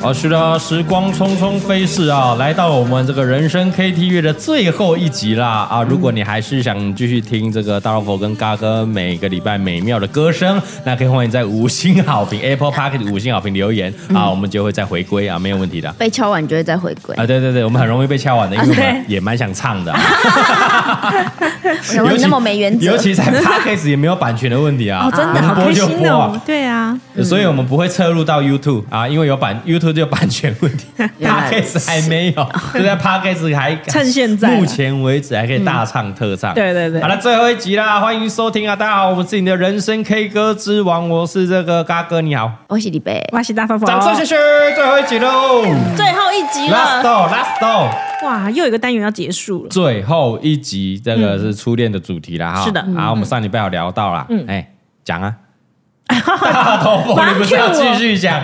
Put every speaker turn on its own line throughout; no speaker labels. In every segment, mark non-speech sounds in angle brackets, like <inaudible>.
好，啊是的，时光匆匆飞逝啊，来到我们这个人生 KTV 的最后一集啦啊！如果你还是想继续听这个大老佛跟嘎哥每个礼拜美妙的歌声，那可以欢迎在五星好
<laughs>
评 Apple Park 的五星好评留言啊，我们就会再回归啊，没有问题的。
被敲完就会再回归。
啊，对对对，我们很容易被敲完的，因为我
<laughs>
们也蛮想唱的啊、
想问你那么没原则
尤其在 podcast 也没有版权的问题啊，
<laughs> 哦，真的
能
好
播
开
就
心
播
哦
啊，，
对啊，
所以我们不会侧入到 YouTube 啊，因为有版 YouTube 就有版权问题
<laughs>
来
，podcast 还没有，就在 podcast 还
趁现在啊嗯
目前为止还可以大唱特唱，
对对对
好了，最后一集啦，欢迎收听啊，大家好，我们是你的人生 K 歌之王，我是这个嘎哥，你好，
我是李贝，
哇西大发发，
掌声谢谢，最后一集喽
最后一集
，last
了，
door last door。
哇，又有一个单元要结束 <laughs> 了，
最后一集，这个是初恋的主题啦，哈、
嗯是的嗯
啊，我们上礼拜有聊到啦，嗯，哎，讲
<laughs>
啊。大头佛，你不是要继续讲？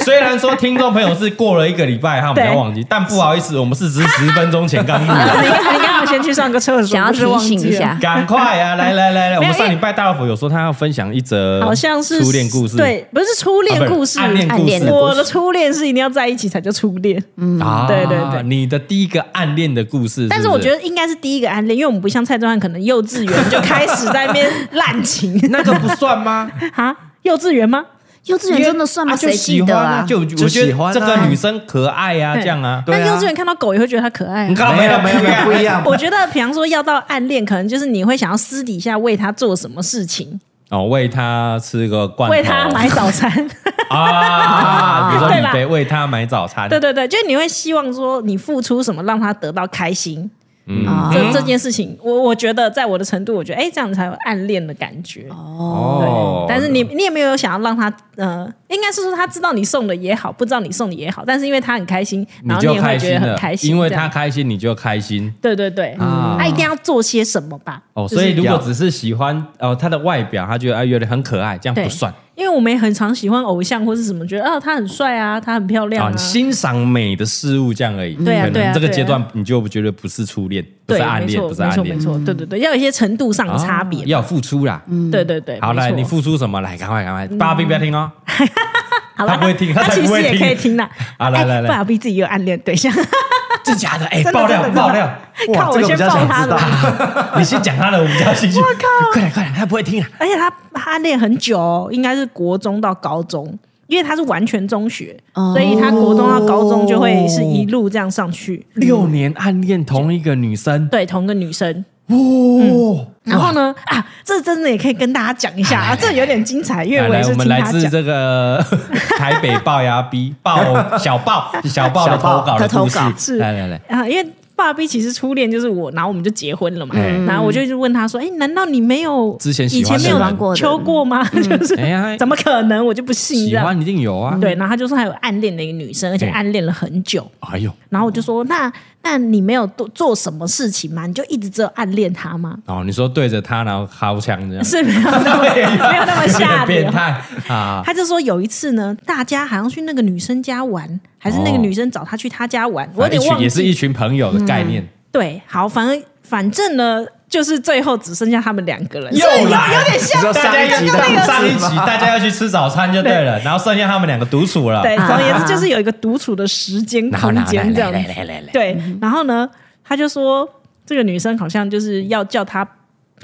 虽然说听众朋友是过了一个礼拜哈，我们
对
要忘记，但不好意思，我们是只十分钟前刚录的，
<laughs> 你你刚好先去上个厕所，
想要
不是
提
忘记
醒一
了
下，
赶快啊！来来来来，我
没
们
有
上
因为
礼拜大老虎有说他要分享一则
好像是
初恋故事，
对，不是初
啊，
恋
不
故
是
事，
暗恋
暗
故
恋
事
的故事
我的初恋是一定要在一起才叫初恋，
啊，
对对对
你的第一个暗恋的故事，
但
是
是
不
我
是
觉得应该是第一个暗恋，因为我们不像蔡宗翰，可能幼稚园就开始在那边滥情
<laughs> 那个不算
<laughs>
吗？
啊，幼稚园吗？
幼稚园真的算吗？
啊就
谁
喜
记
欢
得
啊
啊？
就
就
我觉
喜
得
欢啊
这个女生可爱啊，
对
这样啊。
对啊
那幼稚园看到狗也会觉得它可爱
你
啊。
看，没有没有没 <laughs> 有，
不一样，
我觉得，比方说要到暗恋，可能就是你会想要私底下为他做什么事情，
哦，喂她吃个罐头，
为他买早
<laughs>
餐。
啊，比如说
对
你
吧
得为她买早餐，
对对对，就是你会希望说你付出什么让他得到开心。
嗯，
啊
这这件事情，我我觉得在我的程度，我觉得哎，这样才有暗恋的感觉。
哦
但是你你也没有想要让他，呃，应该是说他知道你送的也好，不知道你送的也好，但是因为他很开心，
你
然后
就
也
开
会觉
心
得很
了
开，心，
因为
这样
她开心你就开心
对对对，他、
啊。
一定要做些什么吧。
哦，
就是
所以如果
要
只是喜欢哦她的外表，她觉得哎有点很可爱，这样
对
不算
因为我们也很常喜欢偶像或是什么，觉得啊他很帅啊，他很漂亮
啊。
啊
你，欣赏美的事物这样而已，
对啊
可能
对啊
这个
对啊
阶段你就觉得不是初恋，不
对，
是暗
没
恋，
错
不是
没
暗
错
恋嗯
没，错，对对对，要有一些程度上的
啊
差别。
要付出啦。
对对对，
嗯好，
没
来，
错
你付出什么？来，赶快，赶快，爸比不要听哦。
好了，
他不会听他
他
才
其
不会
实也
听
可以
<laughs>
听的。哎
啊来来来
爸比自己有暗恋
<laughs>
对象，
真假的？哎、
真的
爆料
真的
爆料！
靠
哇，
我
这个
先
比较
爆
想
他
知道
了。
<laughs> 你先讲他的，我们比较兴趣。我靠！快点快点，他不会听啊！
而且他他暗恋很久、哦，应该是国中到高中，因为他是完全中学，
哦
所以他国中到高中就会是一路这样上去。
六年暗恋同一个女生，
对，同个女生。
哦，
然后呢？啊，这真的也可以跟大家讲一下啊，这有点精彩，因为
来
我
来，
也
我
是
们
听
来
他
自
讲。
这
<laughs>
个台北龅牙逼龅小龅小龅的投稿的故事
小豹的投稿，
是
来来来，
啊，因为爸比其实初恋就是我，然后我们就结婚了嘛。
嗯
然后我就一直问他说：“哎，难道你没有
之前喜
以
欢
前
的
没有
人
过的
求过吗？就是、
哎呀
怎么可能？我就不信这
喜
样。
欢一定有啊。
对，然后他就说他有暗恋的一个女生，而且
嗯
暗恋了很久。
哎呦，
然后我就说，那那你没有做做什么事情吗？你就一直只有暗恋他吗？ <laughs>
哦，你说对着他然后掏枪这样，
是没有那么没有那么下
有点 <laughs> 变。
流
态啊！
他就说有一次呢，大家好像去那个女生家玩，还是那个
哦
女生找他去他家玩，我有点
啊一群
忘
也是
记。嗯
一群朋友的概念，
对，好，反正反正呢，就是最后只剩下他们两个人。
又来，有点
你
啊
知道上一集
大家
的
上一
故事
集
吗
大家要去吃早餐就对了，然后剩下他们两个独处了。
对，
啊
总而言之就是有一个独处的时间
然后
空
然后
间这样子
来。来来来来，
对，然后呢，他就说这个女生好像就是要叫他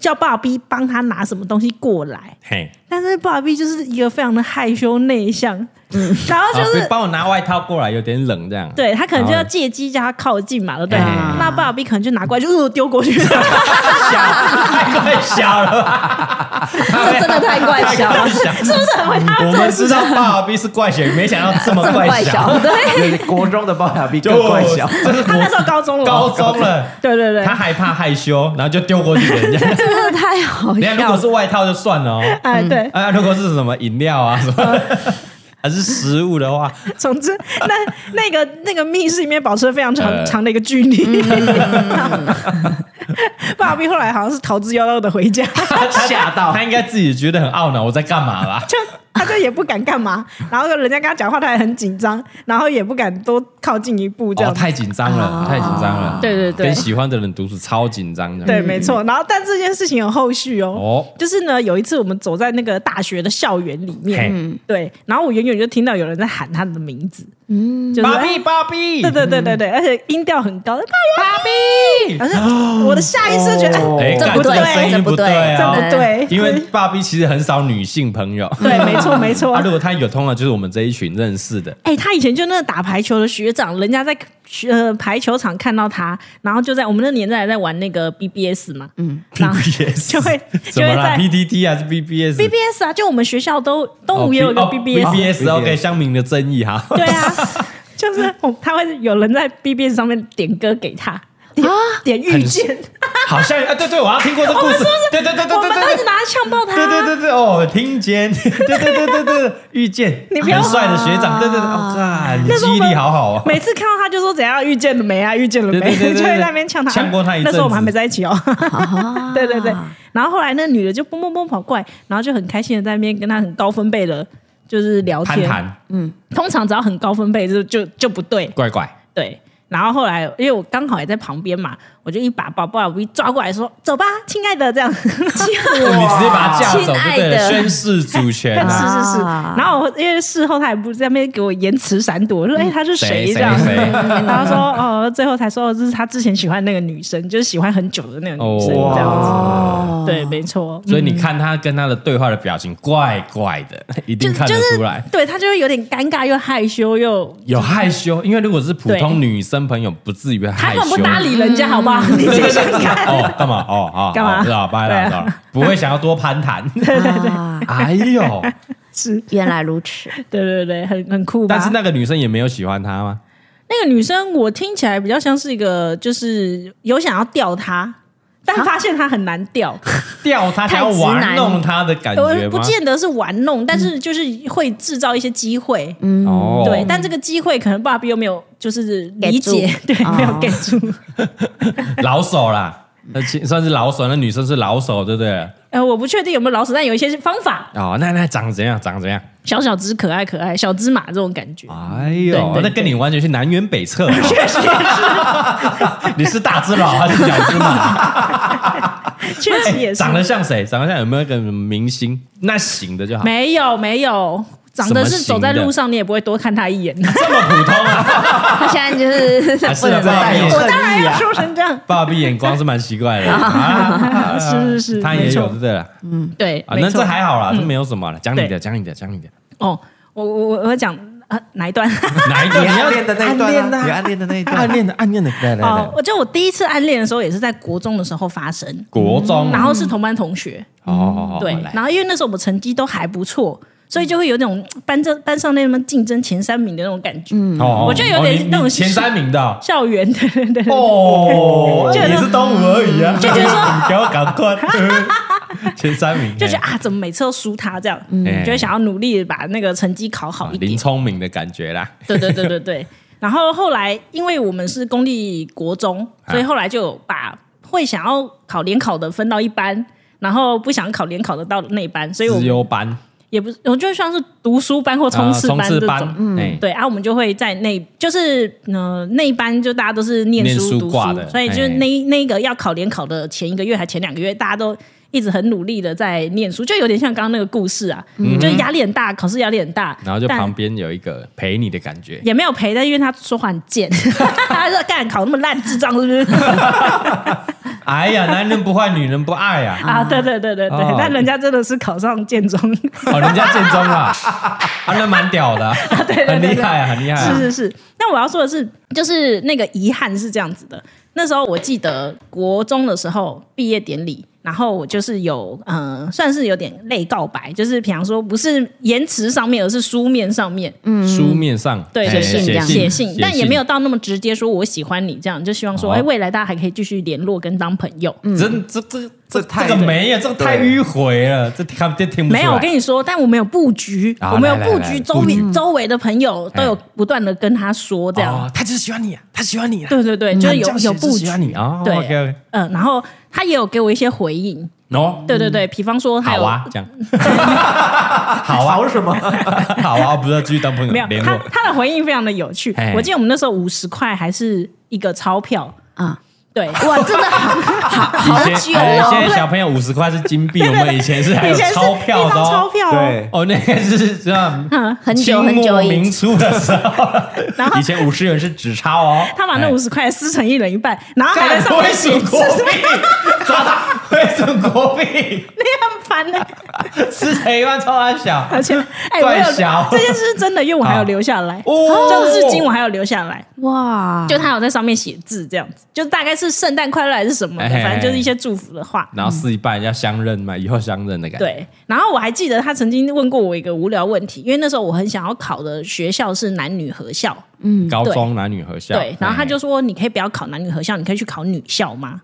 叫爸比帮他拿什么东西过来，
嘿，
但是爸比就是一个非常的害羞内向，嗯，然后就是。
啊帮我拿外套过来，有点冷这样。
对他可能就要借机叫他靠近嘛，对不对？
哎
那爸比可能就拿过来就呃
<laughs>
丢过去，是
小，太快小了吧，
<laughs> 这真的太怪笑了，
小。
不是很会他
我们知道爸爸 B 是怪小，没想到这么
这么怪
怪小，
笑，对，
<laughs> 对国中的龅牙比
就
更怪
<laughs>
小，
这是
他那时候高中了，
高中了。
对对对
他，害怕害羞，然后就丢过去给人
<laughs>
家。
真的太好
人家如
笑
果
了。
是外套就算了哦，
哎对，
啊，如果是什么饮料
<laughs>
啊什么，还是食物的话，
总之那那个那个密室里面保持了非常长、
呃
长的一个距离。爸比后来好像是逃之夭夭的回家，
他
吓到
他应该自己觉得很懊恼，我在干嘛啦？
就他就也不敢干嘛，然后人家跟他讲话，他也很紧张，然后也不敢多靠近一步这
哦，
样。
太紧张了，太紧张了。
啊对对对
跟喜欢的人独处超紧张的。
对，没错。然后，但这件事情有后续哦。
嗯哦
就是呢，有一次我们走在那个大学的校园里面，
嘿
对，然后我远远就听到有人在喊他的名字，
嗯，
就是
芭比芭比，
对对对对对，而且音调很高，
嗯芭比，
而且
哦
我的下意识就觉得
哦
哎
哎，
这
干
不
个
对
声音
这不对
这
啊
不对，
因为爸比其实很少女性朋友。
<laughs> 对，没错没错
啊，。如果他有通常就是我们这一群认识的，
哎、他以前就那个打排球的学长，人家在呃排球场看到他，然后就在我们那年代还在玩那个 BBS 嘛，嗯
<laughs>
然后
BBS
就会
什
就
么
会
啦
在
？PTT 还是 BBS？
BBS 啊，就我们学校都东
哦
吴也有一个
哦
BBS，、
BBS OK，
BBS
乡民的正义哈。
对
<laughs>
啊，就是我他会有人在 BBS 上面点歌给他。点
啊
点遇见，
好像啊，对对，我好像听过这故事，对对对对
我们
对
都一
对
直拿他呛爆他。啊
对对对对哦，听见，对对对对对，遇见，
你不要
很帅的学长，对对对，哦，God，你
那时
记
候我
忆
们
力好好啊。
<laughs> 每次看到他就说怎样遇见了没啊，遇见了没，
对对对对
<laughs>
对
就会在那边呛他，
呛过他一阵
那
子
时候我们还没在一起哦。
啊
<laughs> 对对对，然后后来那女的就蹦蹦蹦跑过来，然后就很开心的在那边跟他很高分贝的，就是聊
攀
天。
谈，
通常只要很高分贝就就就不对，
怪怪，
对。然后后来，因为我刚好也在旁边嘛，我就一把把鲍比抓过来说：“走吧，亲爱的。”这样，
你
啊
直接把他叫走
亲
就
爱
对了，
的
宣誓主权
<laughs> 是
啊。
是是
啊。
然后我因为事后他也不在那边给我延迟闪躲，
嗯
我说：“哎，他是
谁
这样，
谁
<laughs>
谁
然后说：“哦，最后才说哦这是他之前喜欢那个女生，就是喜欢很久的那个女生。”这样子，
哦，
对，没错。
所以你看他跟他的对话的表情怪怪的，一定看得出来。
对嗯他就会有点尴尬，又害羞，又
有害羞，因为如果是普通女生朋友，不至于会
他
害
根本
羞。
不搭理人家，好不好？ <laughs> 你自己想
<laughs>
看。<laughs>
哦，干嘛？哦哦，
干嘛
知道，拜
对
了，
啊
知道了，不会想要多攀
<laughs>
谈。
啊，
<laughs> 哎呦，
<laughs> 原来如此，
对对对，很很酷吧？
但是那个女生也没有喜欢他吗？
那个女生，我听起来比较像是一个，就是有想要钓她，但发现她很难钓。
吊他，想要玩弄他的感觉
我不
啊吗？
见得是玩弄，但是就是会制造一些机会。
哦，
嗯对，但这个机会可能爸比又没有就是理解
给，
<laughs> 对，
哦
没有给住。 <laughs>
老手啦，那其算是老手，那女生是老手，对不对？
呃，我不确定有没有老鼠，但有一些是方法，
哦，那那长怎样？长怎样？
小小只可爱可爱，小芝麻这种感觉。
哎
对
呦，
对
那跟你完全是南辕北
<laughs>
辙。你是大只佬还是小只
<laughs>
马？
确实也是
长得像谁？长得像有没有一个明星？那行的就好，
没有没有，长得是走在路上，你也不会多看他一眼。
<laughs> 这么普通啊！
他现在就是
还 <laughs> 是
不能
在
再
意
我当
哎
然要说成这样，
爸比眼光是蛮奇
<laughs>
怪的，啊
是是是
他也
没
有
错
对不对？啊，
<laughs> 对，没
那
错嗯
这还好啦，这没有什么了。讲你的，
对
讲你的，讲你的，
哦，我我我我讲呃哪一段？
哪一个？
你
你要
暗恋的那一
暗恋的
段
啊
啊，你暗恋的那一
暗
段，
恋的，暗恋的，来来来
<laughs> 哦，，我就我第一次暗恋的时候也是在国中的时候发生，
国中，
嗯然后是同班同学，
哦哦，哦
对，
来
然后因为那时候我们成绩都还不错。所以就会有那种班这班上那什么竞争前三名的那种感觉，
哦，
我就有点
哦你
那种
你前三名的哦
校园 <laughs> 对对对，
哦，
就有那
也
种
是东吴而已啊，
就觉得说
给我赶快
<laughs>
前三名，
就觉得
哎
啊怎么每次都输他这样，
哎
就会想要努力地把那个成绩考好一点
林。啊聪明的感觉啦，
对对对对对。然后后来，因为我们是公立国中，
啊
所以后来就有把会想要考联考的分到一班，然后不想考联考的到那一班，所以我
资
们
优班、
也不是，我就像是读书班或冲
啊
刺
冲
班这
刺
种。
班，嗯，
对啊，我们就会在那，就是呃那一班就大家都是念
念
书
书
读
挂的哎
所以就是
嘿
那那个要考联考的前一个月还前两个月，大家都一直很努力的在念书，就有点像刚刚那个故事啊，就是压力很大，考试压力很大，
嗯然后就
但
旁边有一个陪你的感觉，
也没有赔，但因为他说话很贱， <laughs> 他说干考那么烂，智障是不是？ <laughs>
哎呀，男人不坏，女人不爱呀，
<laughs> 啊，对对对对对，
哦
但人家真的是考上建中，
哦，人家正宗
<laughs>
啊，啊，那蛮屌的啊，很厉害啊，很厉害
是
啊，
是是。那我要说的是，就是那个遗憾是这样子的。那时候我记得国中的时候毕业典礼，然后我就是有嗯、呃算是有点类告白，就是比方说不是言辞上面，而是书面上面，
书面上
嗯对
哎
对
信
嗯
这
写
样
写信，但也没有到那么直接说我喜欢你这样，就希望说
哦
哎、未来大家还可以继续联络跟当朋友。
真这这这
这
这
太
个没啊有，这个太迂回了，这他们这听不出来。
没有，我跟你说，但我们有布局，
啊
我们有
来来
布
来
局
来
周
布局
围周围的朋友都有
哎
不断的跟他说这样，
哦，他就是喜欢你啊，他喜欢你啊，
对对对，就是有
他这
有
样写
布
是
局
喜，欢你啊，
对
OK OK，
嗯，然后他也有给我一些回应，
喏，
对对对，比方说他
好
有
啊，这
<laughs>
样
好啊，好什么？
好啊，不要继续当朋友
没有
联
他
络。
他的回应非常的有趣
哎，
我记得我们那时候五十块还是一个钞票，
啊，
对，
哇，真的好
以前
久哦
哎现在小朋友五十块是金币，我们以前是还有
以前是
钞票
一
的
张钞
哦。
票哦，
对，
哦，那个是这样，
很久很
清末
久以
明
前，
初的时候，
<laughs> 然后
以前五十元是纸钞哦。
他把那
哎
五十块撕成一人一半，然后还在
干
上
会
面写
数
字，
国币，抓他会数国币，
那样翻的。
吃成一万超安小。 <laughs>
而且，哎，我
怪
有
小
这件事是真的，因为我还有留下来，
哦
就至今我还有留下
啊
来。
哇，
就他有在上面写字，这样子，就大概是圣诞快乐还是什么的，
哎哎哎
反正就是一些祝福的话。
然后撕一半要相认嘛，以后相认的感觉。，
对，然后我还记得他曾经问过我一个无聊问题，因为那时候我很想要考的学校是男女合校，
嗯，
高中男女合校。
对，然后他就
哎，
说你可以不要考男女合校，你可以去考女校吗？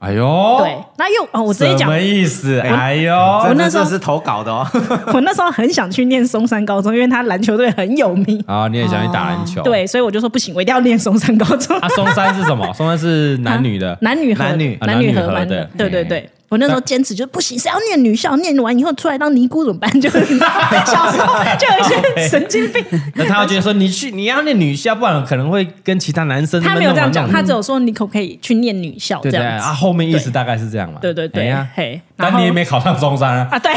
哎呦，
对，那又哦，我直接
什
讲，
么意思？哎呦，
真
那
的
时候
这是投稿的哦。
我那时候很想去念松山高中，因为他篮球队很有名，
啊，你也想去打篮球？。
对，所以我就说不行，我一定要念松山高中， <laughs>
啊，松山是什么？松山是男女的。
男女合，
男女
啊
男女
男女
合
合
班
的
的，对对
嗯
对。我那时候坚持就是不行，是要念女校，念完以后出来当尼姑怎么办？ <laughs> 就是小时候就有一
<laughs>
些神经病。
哎那他会觉得说，你去你要念女校，不然可能会跟其他男生
<laughs> 他没有这样讲，
弄来
他
弄去
只有说你可不可以去念女校
对
这
对
样
啊，
子。
后面意思大概是这样嘛。
对对
哎
对
呀，
嘿，然
但
后
你也没考上中山
<laughs>
啊， <laughs>
啊，对，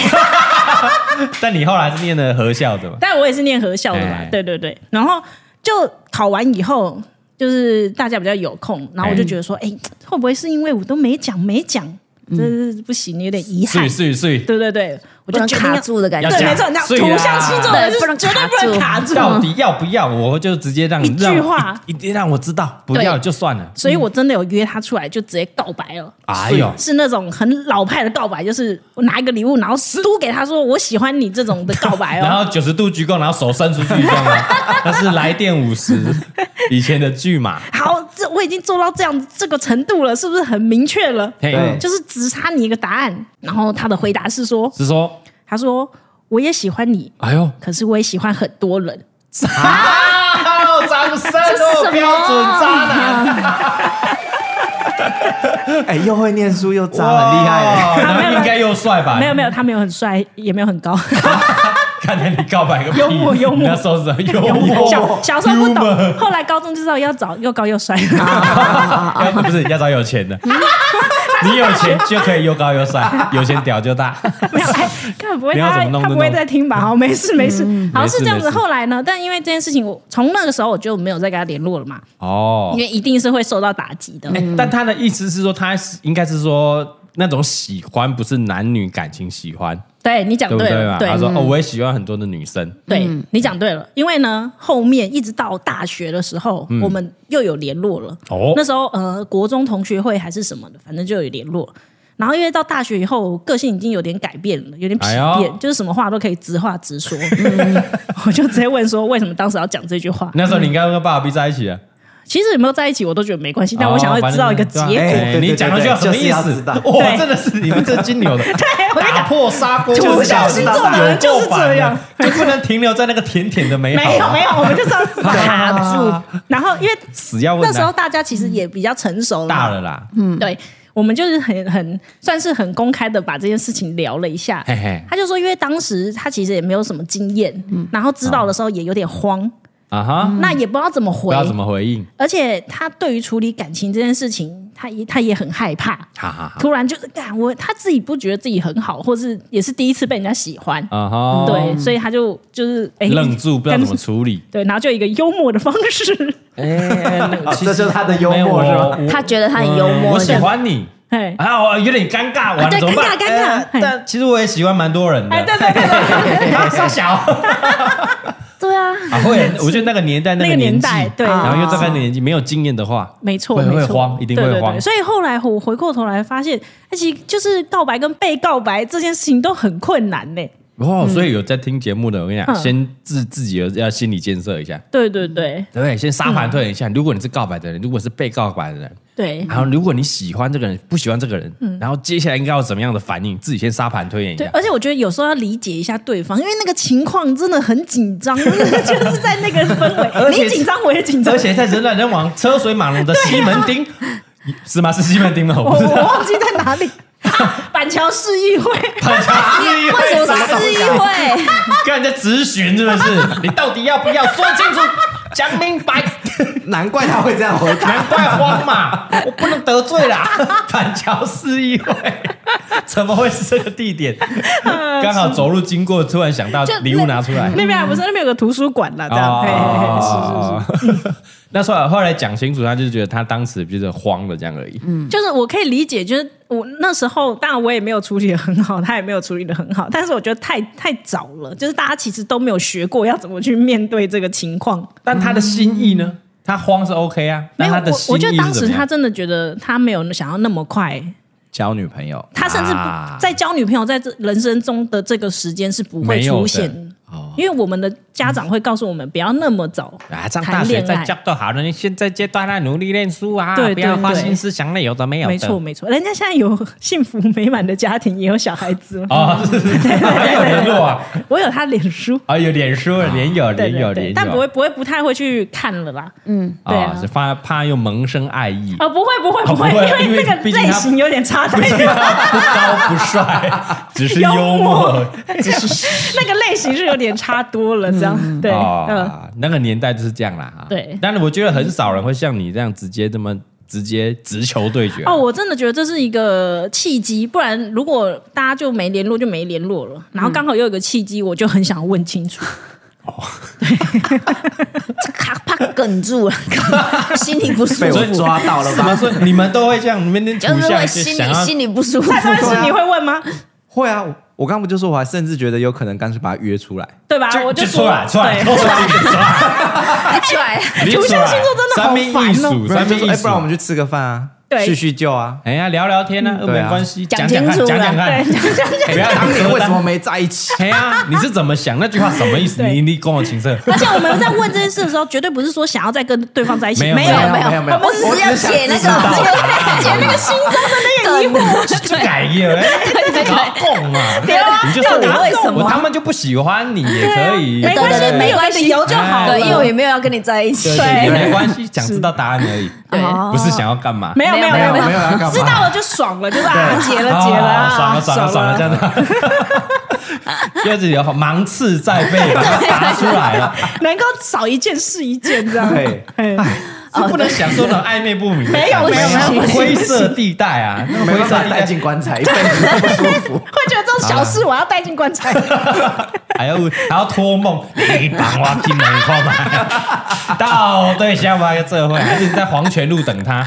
但你后来是念的合校
<laughs>
的嘛？
但我也是念合校的嘛
哎，
对对对。然后就考完以后，就是大家比较有空，然后我就觉得说，哎，会不会是因为我都没讲没讲，这是不行，有点遗憾
嗯是。啊是
<laughs>
是，
对对对，我
不
就
能
决定
卡
要。
住的感
要
觉，
对，
讲
没错，你知
所以
道
啦
图像星座的人
对
是
不能
绝对
卡
不能
住
卡住，
到底要不要？我就直接让你
一句
让我
话
一一定让我知道，不
对
要就算了。
所以我真的有约他出来，就直接告白了。
嗯哎呦
是是那种很老派的告白，就是我拿一个礼物，然后嘟给他说我喜欢你这种的告白
<laughs> 然
哦。
后九十度鞠躬，然后手伸出去这样吗？
<laughs>
那是来电五十以前的剧嘛？
好，这我已经做到这样这个程度了，是不是很明确了？
嘿
对，
就是只差你一个答案。然后他的回答是说
是说，：“
他说我也喜欢你，
哎
<laughs>
呦，
可是我也喜欢很多人。
啊，掌声
<laughs>
哦，标准渣男，
哎，又会念书又渣，很厉害。
哇那应该又帅吧？
没有没有，他没有很帅，也没有很
<laughs>
高，
看来你告白个屁
幽默幽默
你那时候是幽默，
小小时候不
Humor
<laughs> 懂，后来高中就知道要找又高又
<laughs>
帅。
要哎不是要找有钱的，
嗯
<laughs> 你有钱就可以又高又帅，有钱屌就大。
没有，哎，看不会
你要
他
怎么弄
他
就
不会
弄嗯
再听吧？好，没事没事，好像
没
是
事
这样
没
子。
事
后来呢？但因为这件事情，我从那个时候我就没有再跟他联络了嘛，
哦
因，为一定是会受到打击的。
哎但他的意思是说，他是应该是说那种喜欢不是男女感情喜欢，
对你讲
对不对
了，
嘛？
对
他说哦，我也喜欢很多的女生，
对你讲对了，因为呢，后面一直到大学的时候，我们又有联络了。
嗯哦
那时候呃，国中同学会还是什么的，反正就有联络。然后因为到大学以后，我个性已经有点改变了，有点
哎
疲
呦
变，就是什么话都可以直话直
<laughs>
说。嗯我就直接问说，为什么当时要讲这句话？
那时候你应该跟爸爸逼在一起啊。
其实有没有在一起，我都觉得没关系，但我想
哦
要知道一个结
反正
果。
哎
哎
对对
你
对
讲了句话什么
就是
意
要
思
知道？
哇，
对
真的是你们这金牛的，
<laughs>
打破砂锅
土
问
象
到
星
底，
座的人就是这样
有够烦的，就不能停留在那个甜甜的哎美好。
没有没有，我们就是要知道
卡
住。然后因为
死要问
那
啊
时候大家其实也比较成熟了，
大了，啦，
嗯，对。我们就是很很算是很公开的把这件事情聊了一下，
嘿嘿
他就说，因为当时他其实也没有什么经验，然后知道的时候也有点慌，
啊哈，
那也不知道怎么
不
回
知，道怎么回应，
而且他对于处理感情这件事情，他也他也很害怕，
哈哈哈
突然就是干我他自己不觉得自己很好，或是也是第一次被人家喜欢，
啊哈，
对，所以他就就是哎、
愣住，不知道怎么
跟
处理。
对，然后就一个幽默的方式， <laughs>
哦这就是他的幽默是
哦
吗？
他觉得他很幽默
嗯我喜
这样
欢你，
哎，
啊，我有点尴尬，完了
对
怎么办？
尴尬尴尬
哎但其实我也喜欢蛮多人的
哎，，对对
<laughs>
对对，
啊傻小。
对啊，
啊，会，
<laughs>
我觉得那个年代
那
个
个年
年纪
代，对
然后又在那个年纪没有经验的话，
没错，
会
没
会
错
慌一定会
对对对
慌
所以后来我回过头来发现，哎其实就是告白跟被告白这件事情都很困难呢。
哦，所以有在听节目的，我跟你讲，
嗯
先自自己有要心理建设一下，
对对对
对不对？先沙盘推演一下，如果你是告白的人，如果是被告白的人，
对
然后如果你喜欢这个人，不喜欢这个人，然后接下来应该有怎么样的反应，自己先沙盘推演一
嗯对，
下。
而且我觉得有时候要理解一下对方，因为那个情况真的很
<laughs>
紧张，就是在那个氛围，
而且
你紧张我也紧张
而，且在人来人往、车水马龙的西门町，是吗？是西门町吗？我
我
不知
我
道。
忘记在哪里。
<laughs>
啊板桥市议会，
板桥市议会
为什么是市议会？
跟人家咨询是不是？你到底要不要说清楚？讲明白，
难怪他会这
<laughs>
样回答。
难怪慌嘛，我不能得罪
<laughs>
啦。板桥市议会怎么会是这个地
<laughs>
点？刚好走路经过，突然想到
啊就
礼物拿出来。
<laughs>
啊
那边还不是那边有个图书馆啦，这样，嘿嘿嘿，哎是是是。
是是是。 <laughs> 那后来后来讲清楚，他就觉得他当时就是慌了这样而已。嗯，
就是我可以理解，就是我那时候，当然我也没有处理的很好，他也没有处理的很好，但是我觉得太太早了，就是大家其实都没有学过要怎么去面对这个情况。
但他的心意呢？他慌是 OK 啊，
没
但
有，
啊他的
我
心
我
意
觉
是
得当时
怎么
他
样
真的觉得他没有想要那么快，
交女朋友，
他甚至不、
啊
在交女朋友在这人生中的这个时间是不会
没有的哦
出现的，因为我们的家长会告诉我们不要那么早
啊，上大
谈
学
恋
再
爱。
教就好了。你现在阶段啊，努力念书啊，
对对
不要花
对
心思想那有的没有的。
没错，没错，人家现在有幸福美满的家庭，也有小孩子。
啊，是
<laughs>
是是，还有联络啊，
我有他脸书，
啊，有脸书，连友，
对
<laughs> 连友，连
对对，
友，
但不会不会不太会去看了啦。
嗯，
对啊
啊，是怕怕又萌生爱
<laughs>
意，
哦，不会不会
哦
不会，
不会因
因
为
为这个
毕竟他啊
类型有
<laughs>
点差太
不
远，
高不
<laughs>
帅，只是幽默
幽，
<laughs> 只
<laughs>
是
<laughs> 那个类型是有点差多了，这样对，嗯，
啊，那个年代就是这样啦。啊
对
但是我觉得很少人会像你这样直接这么直接直球对决啊
哦，我真的觉得这是一个契机，不然如果大家就没联络就没联络了，然后刚好又有一个契机，我就很想问清楚，
嗯
这卡怕梗住了，
<laughs>
心里不舒
被我
服，
抓到了
怎么
吧？
说？你们都会这样，你们连图
就是
像
会
是
心
想
里
要
心里
<laughs>
不舒服。
但是你会问吗？
会啊，我我刚不就说，我还甚至觉得有可能干脆把他约出来。
对吧？啊我
就出
说
来出来 <laughs>
对
出来出来，
出来，
<laughs>
你
图
出
像
来
星座真的好
三命
烦
一
哦
数，
不然
三
就
命
说，
一
哎，
数，
不然我们去吃个饭啊，
对
叙叙旧啊。
哎呀聊聊天
嗯
呢，又
对
没
啊
关系，
讲
讲看
清楚
讲
啦
讲看，不要
当
当
年
歌
为什
单
么没在一起？
哎
<laughs>
呀，你是怎么想那句话什么意思？
对
你你跟我清楚。
而且我们在问这件事的时候，绝对不是说想要再跟对方在一起，
没有
没
没
有
有
没
没有没有
我只是要解那
我只是想知道
个
而且那个心中的那个疑惑，
<laughs> 就改了，哎，搞共啊！
对啊
你就说
要
我
打为什么
我他们就不喜欢你也可以，
没关
对
系，
对
啊没有理由就好了，
对，因为我也没有要跟你在一
对对
起。
对
对，没关系，想知道答案而已，
对
不是想要干嘛？
没有没有
没有
有
<laughs> 没有啊要干嘛
知道了就爽了，就是啊，
对
结了
哦
结了啊，
爽了爽了爽了，这
了。
样子。 <laughs> 就是有芒刺在背，把它拔出来啊
<laughs>
了，
能够少一件是一件，这样。
对，
哎
就不能享受那种暧昧不明的感觉。
没有没有没有
灰色地带啊，那个
没
灰
办
色
法
地
带
带
进棺材，一辈子都不舒 <laughs> 服。
会觉得这种小事我要带进棺材，
还要还要托梦，你帮我进门看
<laughs>
嘛？到对象吧，这会还是你在黄泉路等他？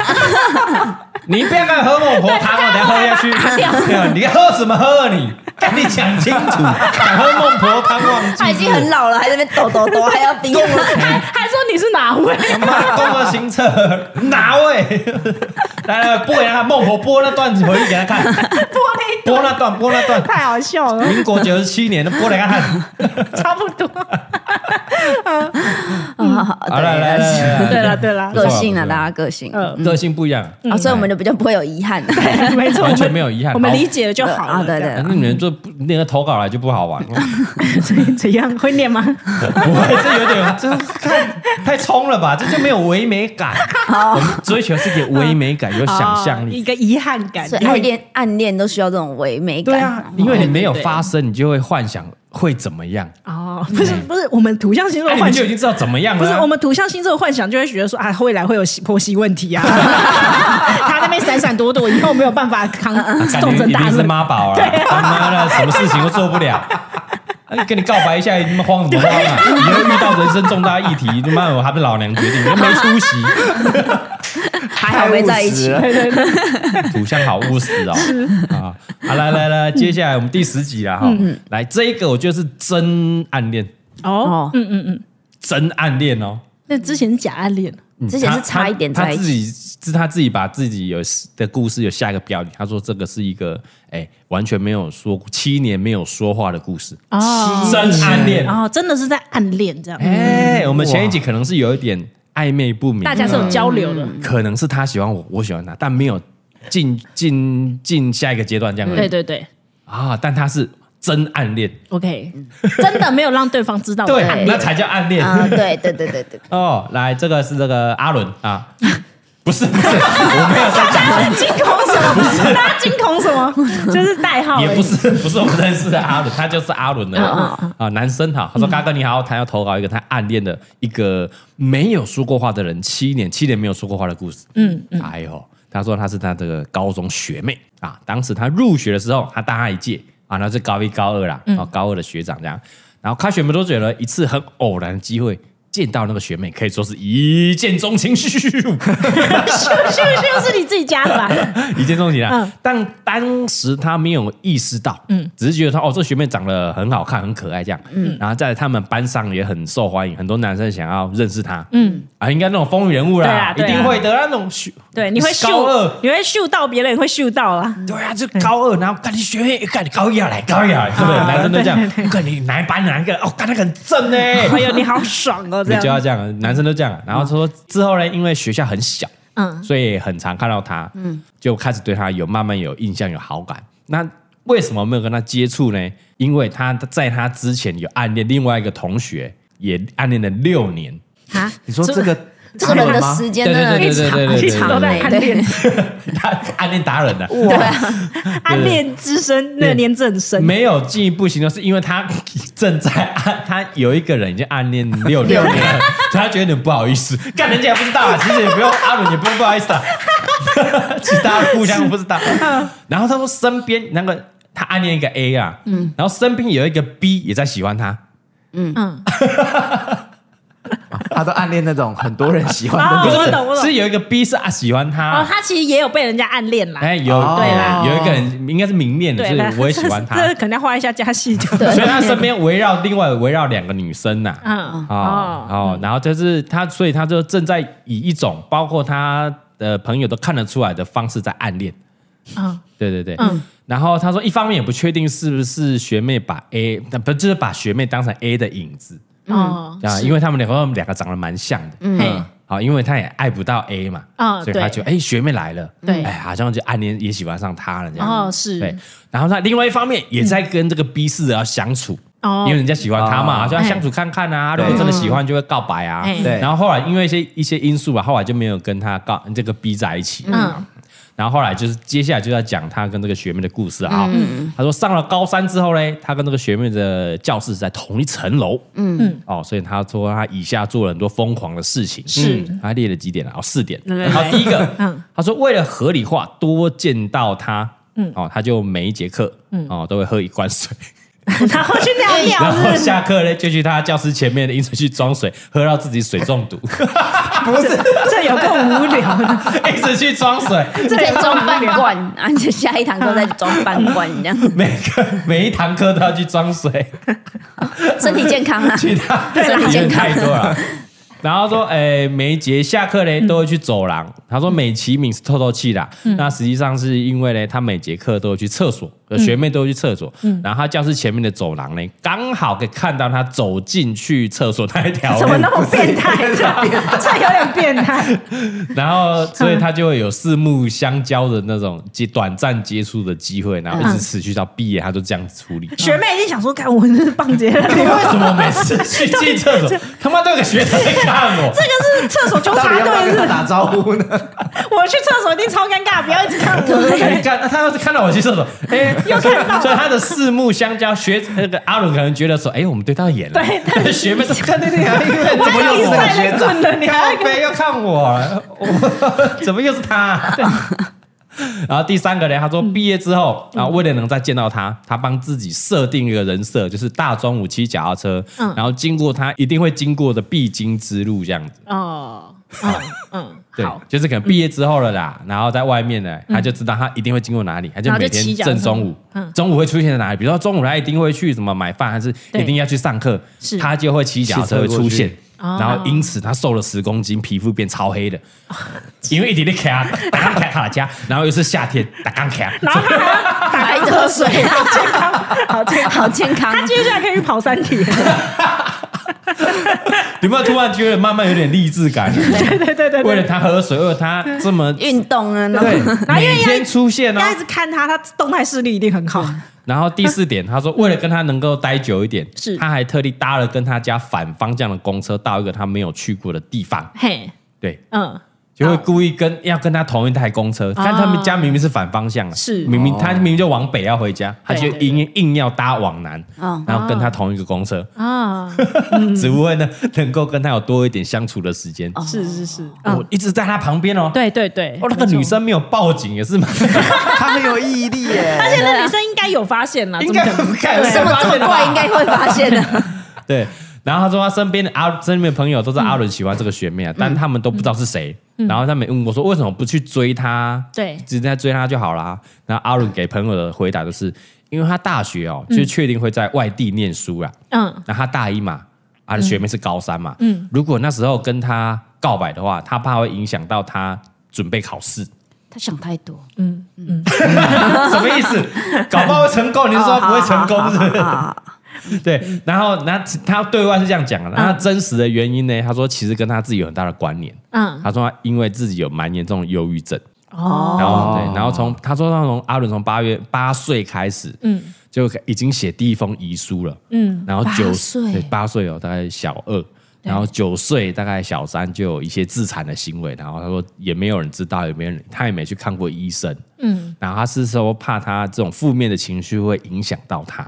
你不要敢喝孟婆汤哦，等下喝下去。
<laughs>
对啊你喝什么喝你？赶紧讲清楚，敢喝孟婆汤忘
他
记
已经很老了，还在那边抖抖抖，还要盯他。
还说你是哪
<laughs>
位？
他妈动了行车
<laughs>
哪位？来来，播给他看孟婆播那段子回去给他看，播那段播那段，
太好笑了，
民国九十七年的播给他看。
差不
<laughs>
多。
啊
好来来来来，来
对了对了
不错
个性啊，
不错
大家个性。
嗯，
个性不一样。
啊，所以我们就比较不会有遗憾。
没错，
完全没有遗憾
我们
好
理解了就好
啊
了。
对对
这样
那你们就不那个投稿来就不好玩了，
<laughs> 怎怎样会念吗？
不会，这有
<laughs>
点这太太冲了吧？这就没有唯美感。我们追求是给唯美感，有 <laughs> 想象
哦
力。
一个遗憾感，
所以
因为
暗恋暗恋都需要这种唯美感。
对啊，因为你没有发生，你就会幻想会怎么样。
哦，不是不是，我们土象星座
那哎嗯你们
的幻
就
想
已经知道怎么样
不
了
是
啊。
我们土象星座的幻想，就会觉得说啊，未来会有婆媳问
<laughs>
题啊， <laughs> 他那边闪闪躲躲，以后没有办法扛
啊感
重
觉
责
一
大
定是
任。
妈宝了，
对啊
他妈的什么事情都做不
<laughs>
了。哎跟你告白一下，你他妈慌什么慌啊？以后遇到人生重大议题，他妈我还被老娘决定，你都没出息，
还好没在一起
太务实。了
<laughs>
土象好务实哦。啊，好，来来来，接下来我们第十集啊，哈，
嗯
来这一个我觉得是真暗恋，
哦
哦，
嗯嗯嗯，
真暗恋哦。
那之前是假暗恋，
嗯
之前是
他
差一点
他
在一
他自己是他自己把自己有的故事有下一个标题，他说这个是一个哎、完全没有说七年没有说话的故事，
哦
真暗恋。
哦，真的是在暗恋这样，
嗯
哎、我们前一集可能是有一点暧昧不明，啊
大家是有交流的，
可能是他喜欢我，我喜欢他，但没有进进进下一个阶段这样而已
对对对
啊。但他是真暗恋，
，OK，真嗯的没有让对方知道我
对
暗，
那
恋，
才叫暗恋、
哦啊，对对对对对，
哦。来，这个是这个阿伦 <laughs> 啊，不是不是，我没有在讲， <laughs>
惊恐什么？大家惊恐什么？就是代号而已，
也不 <laughs>
<laughs>
是不是我们认识的阿伦，他就是阿伦的人啊，男生好，他说嘎哥你好，他要投稿一个他暗恋的一个没有说过话的人，七年七年没有说过话的故事。嗯，哎呦，他说他是他这个高中学妹啊，当时他入学的时候，他大他一届啊，那是高一高二啦，啊高二的学长这样，然后开学没多久呢，一次很偶然的机会。见到那个学妹，可以说是一见钟情， <laughs> 咻咻咻
是不是是你自己加
<laughs>
的吧？
一见钟情
嗯
啊！但当时他没有意识到，嗯，只是觉得他哦，这学妹长得很好看，很可爱这样，嗯，然后在他们班上也很受欢迎，很多男生想要认识她，嗯，啊，应该那种风云人物啦，
对啊对啊
一定会的那种学，
对，你会
高二
秀，，嗯你会秀到别人，也会秀到
<laughs>
啦。
对啊，就高二，然后干你学妹，干你高一啊来，高一啊来，对不对？
啊
男生都这
对 <laughs>
样，干你哪一班哪一个？哦，干那个很正呢，
哎呦，你好爽哦！这
你就要
样，
这样，男生都这样。啊然后说之后呢，因为学校很小，嗯，所以很常看到他，嗯，就开始对他有慢慢有印象、有好感。那为什么没有跟他接触呢？因为他在他之前有暗恋另外一个同学，也暗恋了六年。 <laughs>
啊，
你说这个
这个人的
吗？
时间真的
对对对对对对对
很
一
对
直
长
都在
欸
暗
对
恋，
他暗恋达人的、
对啊，
暗恋之深，热恋正深。
没有进一步行动，是因为他正在暗，他有一个人已经暗恋六年
<laughs>
了，所以他觉得有点不好意思。干人家也不知道啊，其实也不用阿伦也不用不好意思啊，其实大家互相不知道。然后他说身边那个他暗恋一个 A 啊，嗯，然后身边有一个 B 也在喜欢他，啊
嗯，
他都暗恋那种很多人喜欢
哦
的
不
女
是
生，
不
我懂我
是，
懂
是有一个 B 是啊喜欢
哦
他，，
他其实也有被人家暗恋啦。
哎有
哦
对啦
有一个人应该是明恋的，
对，
是
那
我也喜
<laughs>
欢他，
这这可能要画一下加戏就。
对
所以他身边围绕另外围绕两个女生呐、
<laughs> 嗯
啊哦，然后就是他，所以他就正在以一种包括他的朋友都看得出来的方式在暗恋。啊
嗯
对对对，然后他说，一方面也不确定是不是学妹把 A，那不就是把学妹当成 A 的影子
哦
啊？因为他们两个他们两个长得蛮像的，嗯
嘿，
好，因为他也爱不到 A 嘛，
嗯
所以他就哎学妹来了，
对
哎好像就暗恋也喜欢上他了这样。
哦
对
是，
然后他另外一方面也在跟这个 B 四要相处，
哦
因为人家喜欢他嘛，
哦
就要相处看看啊。如
对
果真的喜欢，就会告白啊
哎。
对
然后后来因为一些一些因素吧，啊后来就没有跟他告这个 B 在一起。
嗯
然后后来就是接下来就要讲他跟这个学妹的故事啊。他说上了高三之后呢，他跟这个学妹的教室是在同一层楼。嗯哦，所以他说他以下做了很多疯狂的事情。
是
嗯他列了几点啊？哦，四点。
来来
然
来
后第一个，他说为了合理化多见到他，哦，他就每一节课，哦，都会喝一罐水。
然后去尿
然
尿
<laughs> 后
是
下课呢，就去他教室前面的饮水去装水，喝到自己水中毒，
<laughs> 这有够无聊的。
一直去装水。 <laughs>
这可以装半罐，而且下一堂课再装半罐，这样
每个每一堂课都要去装水，
身体健康啊。
其他
对啦
真的
健康
太多了。然后说，诶，每一节下课呢都会去走廊。他说，美其名是透透气啦，那实际上是因为呢，他每节课都有去厕所，学妹都有去厕所。然后他教室前面的走廊呢，刚好可以看到他走进去厕所那一条
怎么
路。
那么变态？这 <laughs> 这有点变态。
<laughs> 然后，所以他就会有四目相交的那种接短暂接触的机会，然后一直持续到毕业，他就这样处理。
学妹一定想说，看我这是棒
<laughs>
姐，
你
啊
为什么每次去进厕所，他妈都有个学长在看我？
这个是厕所纠
到
察
底要不要
队
跟他
是？
打招呼呢？
我去厕所一定超尴尬，不要一直看
<laughs>
我。
你看，他要是看到我去
<laughs>
厕所，哎，又
看到
所以他的四目相交，学那个阿伦可能觉得说，哎，我们对到眼了，
对
但是学
<laughs>
妹说看那
对
个，
啊，因为
怎么
还有
又
一
是
赛
我
的
学长？
赛棍的，你还要
靠背又看我，我怎么又是他？然后第三个呢，他说毕业之后
嗯
啊，为了能再见到他，他帮自己设定一个人设，就是大中午骑脚踏车，
嗯
然后经过他一定会经过的必经之路这样子。
哦，嗯嗯，
对
好，，嗯
就是可能毕业之后了啦，然后在外面呢，他就知道他一定会经过哪里，他就
然后就
每天
骑脚踏
正
车嗯
中午，中午会出现在哪里？比如说中午他一定会去什么买饭，还是
对
一定要去上课
是，
他就会骑脚踏车会出现
骑车过去。
哦
然后因此他瘦了十公斤，皮肤变超黑的，因为一直在
<laughs>
卡，打刚卡卡加，然后又是夏天，打刚卡，
然后他还要
还喝水，啊
好健康，好健康。
好健康。
他接下来可以去跑三体，
<laughs> 有没有突然觉得慢慢有点励志感？啊
对对 <laughs> 对对
为了
对。
他喝水，为了他这么
运动啊，然后
对
然后因为
每
要
天出现哦，
要一直看他，他动态视力一定很好。
然后第四点，他说为了跟他能够待久一点，
<laughs> 是
他还特地搭了跟他家反方向的公车到一个他没有去过的地方。
嘿，
对，
嗯，
就会故意跟要跟他同一台公车，但他们家明明是反方向啊，
哦是
明明
哦
他明明就往北要回家，他就
对
硬硬要搭往南，
哦
然后跟他同一个公车，
啊，
只不过呢能够跟他有多一点相处的时间。
是是是，嗯
我一直在他旁边哦，
对对对，
哦，那个
没错
女，生没有报警也是蛮，
他很有毅力耶。
那女生应该有发现啦，
应
怎
该
么可能
不看
这么这么怪，应该会发现的。
对。然后他说他身边的阿身边的朋友都知道阿伦喜欢这个学妹啊，但他们都不知道是谁。然后他们问我说为什么不去追她？
对
直接追她就好啦。然后阿伦给朋友的回答就是，因为他大学哦，就确定会在外地念书啦。
嗯，
那他大一嘛，他的学妹是高三嘛，如果那时候跟他告白的话，他怕会影响到他准备考试，
他想太多，
什么意思？搞不好会成功，你是说不会成功是不是？ <laughs> 对，然后那他对外是这样讲的，那他真实的原因呢？他说其实跟他自己有很大的关联，
嗯
他说他因为自己有蛮严重的忧郁症，
哦，
然后对，然后从他说他从阿伦从八月八岁开始，嗯，就已经写第一封遗书了，嗯，然后九
八岁
对八岁哦，大概小二。然后九岁，大概小三就有一些自残的行为，然后他说也没有人知道，也没有人，他也没去看过医生，嗯，然后他是说怕他这种负面的情绪会影响到他，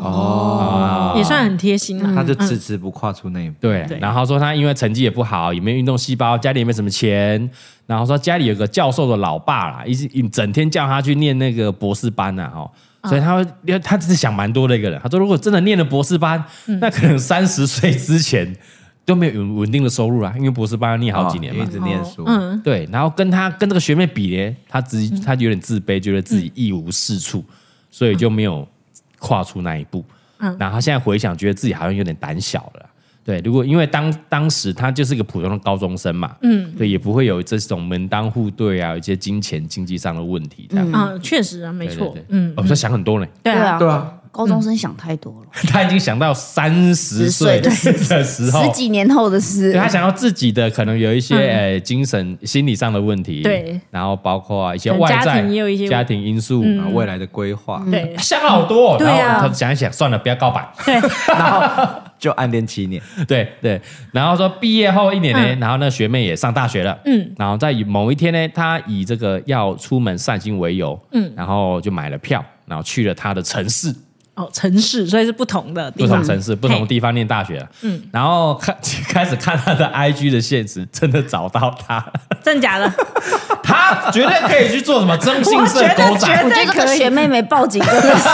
啊
也算很贴心
哦
啦，
他就迟迟不跨出那一步。
对，
对
然后说他因为成绩也不好，也没有运动细胞，家里也没什么钱，然后说家里有个教授的老爸啦，一直一整天叫他去念那个博士班呐、啊，哦。所以他会，他只是想蛮多的一个人。他说，如果真的念了博士班，那可能三十岁之前都没有稳稳定的收入啦，哦因为博士班要念好几年嘛
哦一。直念书。
嗯，
对，然后跟他跟这个学妹比呢，他自己他有点自卑，觉得自己一无是处，所以就没有跨出那一步。然后他现在回想，觉得自己好像有点胆小了。对，如果因为当当时他就是一个普通的高中生嘛，嗯，对，也不会有这种门当户对啊，有一些金钱经济上的问题这样。
嗯，确实啊，没
没
错，嗯，
嗯，我在想很多呢，
对啊，
对啊，
高中生想太多了，
他已经想到三十岁的时候，
十几年后的事
对。啊他想要自己的可能有一些呃精神、心理上的问题，
嗯对，
然后包括啊一些外在
家庭也有一些嗯
家庭因素，
啊未来的规划，
对，
想好多哦。
对啊
然后他想一想，算了，不要告白。 <laughs>
就暗恋七年，
对对，然后说毕业后一年
嗯
呢，然后那学妹也上大学了，嗯，然后在某一天呢，她以这个要出门散心为由，嗯，然后就买了票，然后去了她的城市，
哦，城市，所以是不同的地
不
方，
同城市、不同地方念大学，嗯，然后看 <laughs> 开始看她的 IG 的现实，真的找到她了。
真
<laughs>
假的？
他绝对可以去做什么征信社狗
我
仔，
觉得这个学妹没报警真的是，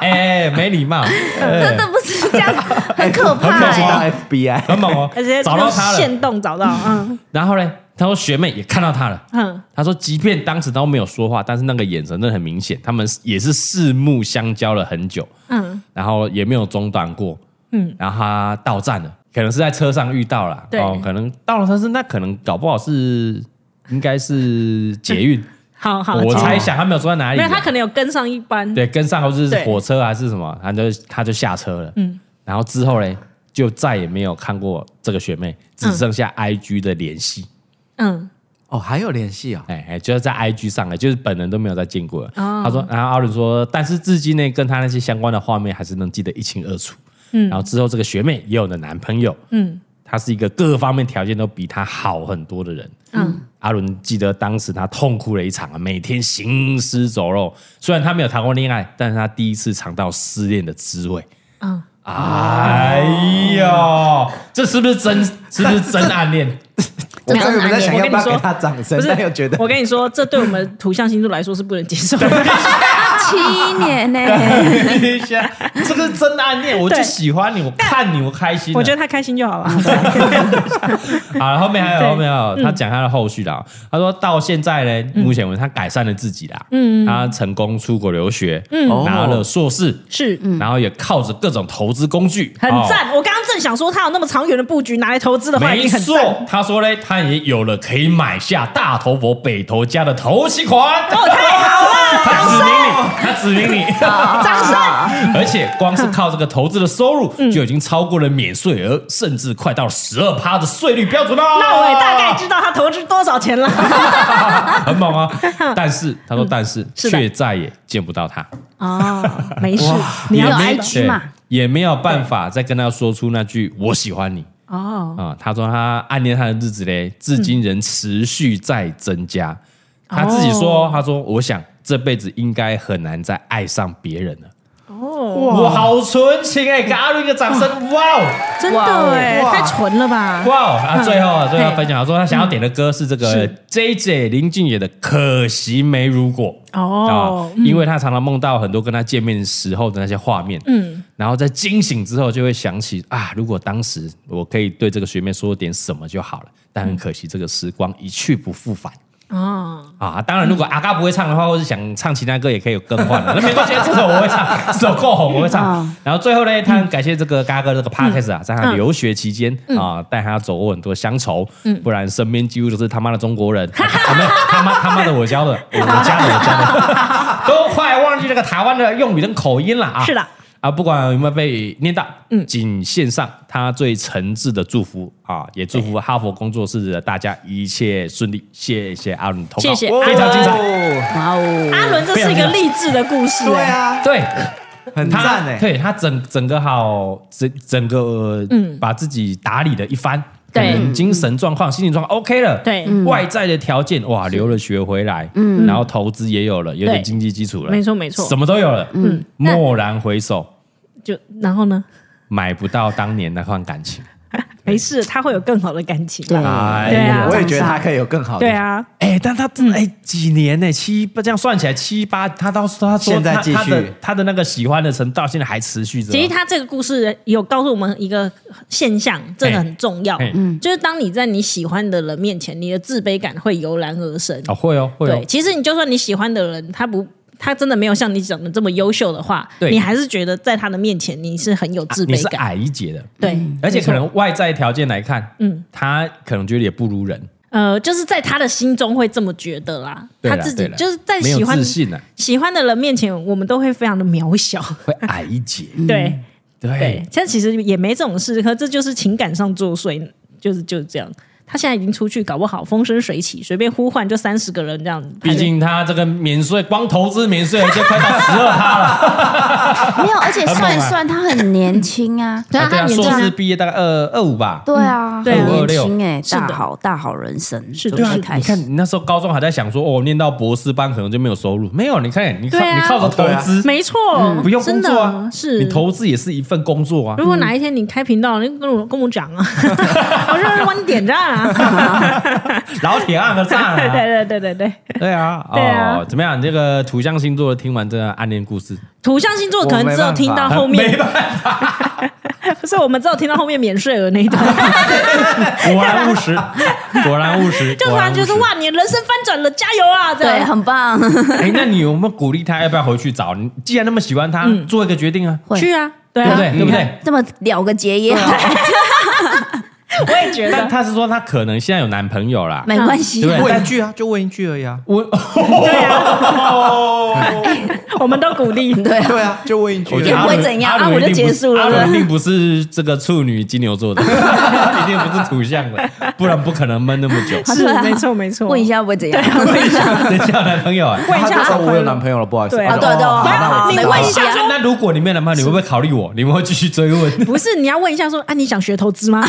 哎、没礼貌，
真的不是这样，很
很可
可怕
怕
欸。
到 FBI
很猛哦
<laughs> 而且，
找到他了。
现动找到，嗯
然后呢，他说学妹也看到他了。
嗯，
他说，即便当时都没有说话，但是那个眼神真的很明显，他们也是四目相交了很久，嗯，然后也没有中断过，嗯，然后他到站了，可能是在车上遇到了，哦
对
可能到了，但是那可能搞不好是应该是捷运，
<laughs> 好好，
我
继续
猜想他没有说在哪里
没
啊，
有，他可能有跟上一班，
对，跟上或者是
对
火车还是什么，他就他就下车了。嗯，然后之后嘞，就再也没有看过这个学妹，只剩下 IG 的联系。
嗯，
哦，还有联系啊？
哎哎，就是在 IG 上了，就是本人都没有再见过了。他说，然后阿伦说，但是至今呢，跟他那些相关的画面还是能记得一清二楚。嗯，然后之后这个学妹也有了男朋友。嗯，他是一个各方面条件都比他好很多的人。嗯，阿伦记得当时他痛哭了一场啊，每天行尸走肉。虽然他没有谈过恋爱，但是他第一次尝到失恋的滋味。
嗯
嗯，哎呦，这是不是真？是不是 <laughs> 真暗恋？
我刚才有在想
我
要
跟
不
你
要
说
给他掌声
不，是
但又觉得
我跟你说，这对我们土象星座来说是不能接
<laughs>
受的。
七年欸呢、
<laughs>
一下，这个是真暗恋，我就喜欢你，我看你，我开心啊。
我觉得他开心就
<laughs>
好了。
好了，后面还有
对嗯
后面还有，他讲他的后续啦。他说到现在呢，目前为止他改善了自己啦，嗯，他成功出国留学，嗯，拿了硕士，
是，
然后也靠着各种投资工具，
嗯很
哦。
赞。我刚刚正想说，他有那么长远的布局拿来投资的 <laughs> 话，已
没
经很
错
赞。，
他说呢，他也有了可以买下大头佛北投家的头期款。哦，太好了！他指明你，他指明
<laughs>
你。
啊
掌声！
<laughs> 而且光是靠这个投资的收入，
嗯
就已经超过了免税额，甚至快到十二趴的税率标准了。
那我也大概知道他投资多少钱了。
很猛
<laughs>
啊！但是他说，但是
嗯是的
却再也见不到他，
哦，没事，
你
也
有
没
IG 嘛？
对也没有办法再跟他说出那句“我喜欢你”。
哦，
啊、他说他暗恋他的日子嘞，至今仍持续在增加。他自己说，他说我想这辈子应该很难再爱上别人了。哦，哇，好纯情哎、给阿瑞一个掌声！哇哦，
真的哎，太纯了吧？
哇哦！啊，最后啊，最后
嘿
分享，他说他想要点的歌是这个 J J 林俊杰的《可惜没如果》。
哦
啊，，因为他常常梦到很多跟他见面时候的那些画面，嗯，然后在惊醒之后就会想起啊，如果当时我可以对这个学妹说点什么就好了，但很可惜这个时光一去不复返。
哦，
啊，当然，如果阿嘎不会唱的话，或是想唱其他歌，也可以有更换的。那没关系，这首我会唱，这首够红，我会唱
啊
嗯。
然后最后呢，他很感谢这个嘎哥这个 podcast
嗯
啊，在他留学期间啊，带他走过很多乡愁，
嗯
不然身边几乎都是他妈的中国人，啊没有他妈他妈的我教的，我教的我教的， <laughs> 都快忘记这个台湾的用语跟口音了啊。
是的。
啊，不管有没有被念到，嗯，仅献上他最诚挚的祝福啊，也祝福哈佛工作室的大家一切顺利。谢谢阿伦的投稿，
谢谢
非常精彩。
彩，
哇哦，
阿伦这是一个励志的故事，
对
哎，
啊，
对，
很
他
赞哎，
对他整整个好整整个嗯，把自己打理了一番，
对嗯
可能精神状况、心理状况 OK 了，
对
外在的条件哇，留了学回来，嗯，然后投资也有了，有点
对
经济基础了，
没错没错
什么都有了，嗯，
那
蓦然回首，
就然后呢？
买不到当年那份感情。
没事，他会有更好的感情。
对
哎
对啊
我也觉得他可以有更好的。
对，啊，
哎、但他真的哎、几年呢、七不这样算起来七八，他到他说
现在
他
继续
他的他的那个喜欢的程度到现在还持续着。
其实他这个故事有告诉我们一个现象，真的很重要
嘿，
就是当你在你喜欢的人面前，你的自卑感会油然而生。
哦会哦会哦
对，，其实你就算你喜欢的人，他不。他真的没有像你讲的这么优秀的话，
对
你还是觉得在他的面前你是很有
啊
自
你
卑
是
感，
矮一截的，
对，
而且
没错
可能外在条件来看，嗯，他可能觉得也不如人，
呃，就是在他的心中会这么觉得啦，
对
他
啦
自己
对啦
就是在
没
喜
有
欢
自信啊，
喜欢的人面前，我们都会非常的渺小， <laughs>
会矮一截。
对对
嗯对，，
但其实也没这种事，可这就是情感上作祟，就是就是这样。他现在已经出去，搞不好风生水起，随便呼唤就三十个人这样。
毕竟他这个免税光投资免税就快到十二趴了，
没有，而且算一算他很年轻啊，
<laughs> 对啊
啊对啊，
他年纪
硕
大
士毕业大概二二五吧。
对啊，
对啊
很年轻哎，
是的
大好大好人生，
是的
从
啊
此
你
开
看
始。
你那时候高中还在想说，哦，念到博士班可能就没有收入，没有，你看你靠
对啊
你靠着投资，
没错，
不用工
真
作啊
的，哦是
你。投资也是一份工作啊
如。果哪一天你开频道，你跟我跟我讲啊， <laughs> 我说帮你点
<laughs>
赞啊，
老铁按个赞
<laughs> 对
啊，
对对对对，
对啊，
对啊
哦，怎么样？你这个土象星座听完这个暗恋故事，
土象星座可能只有听到后面
没，办
所以我们只有听到后面免税额那
<laughs>
一段，
法，果然务
<laughs>
实，果然务实，
就突
果
然
务
觉得
实
说。哇，你的人生翻转了，加油啊！这
对，
样
很棒，
哎，那你有没有鼓励他？要不要回去找？你既然那么喜欢他，做一个决定啊，
会
去啊，嗯对
对不
啊，
对？对不对？
<laughs> 这么了个结也好，
我也觉
但
得，
他是说他可能现在有男朋友啦。
没关系
对。不对
问一句啊，就问一句而已啊。
我
对啊，我们都鼓励，
<laughs> 对啊，
对啊，就问一句而
我
已。
觉得
也不会怎样
阿伦
啊我就
阿伦一定不是
结束了
阿伦一定不是这个处女金牛座的， <laughs> 一定不是土象的，不然不可能闷那么久。
啊
是
对啊
没错没错，
问一，下会不会怎
对
样？
啊，问一下，
等一下有男朋友啊？
问一
他
下
就
阿
说我有
坤
男朋友了，不好意思。
对
啊，
啊
对啊对啊，
哦
好那我
你
知道
问一下
那那如果你没有男朋友，你会不会考虑我？你们会继续追问？
<laughs> 不是你要问一下说啊，你想学投
<laughs>
资吗？
<laughs>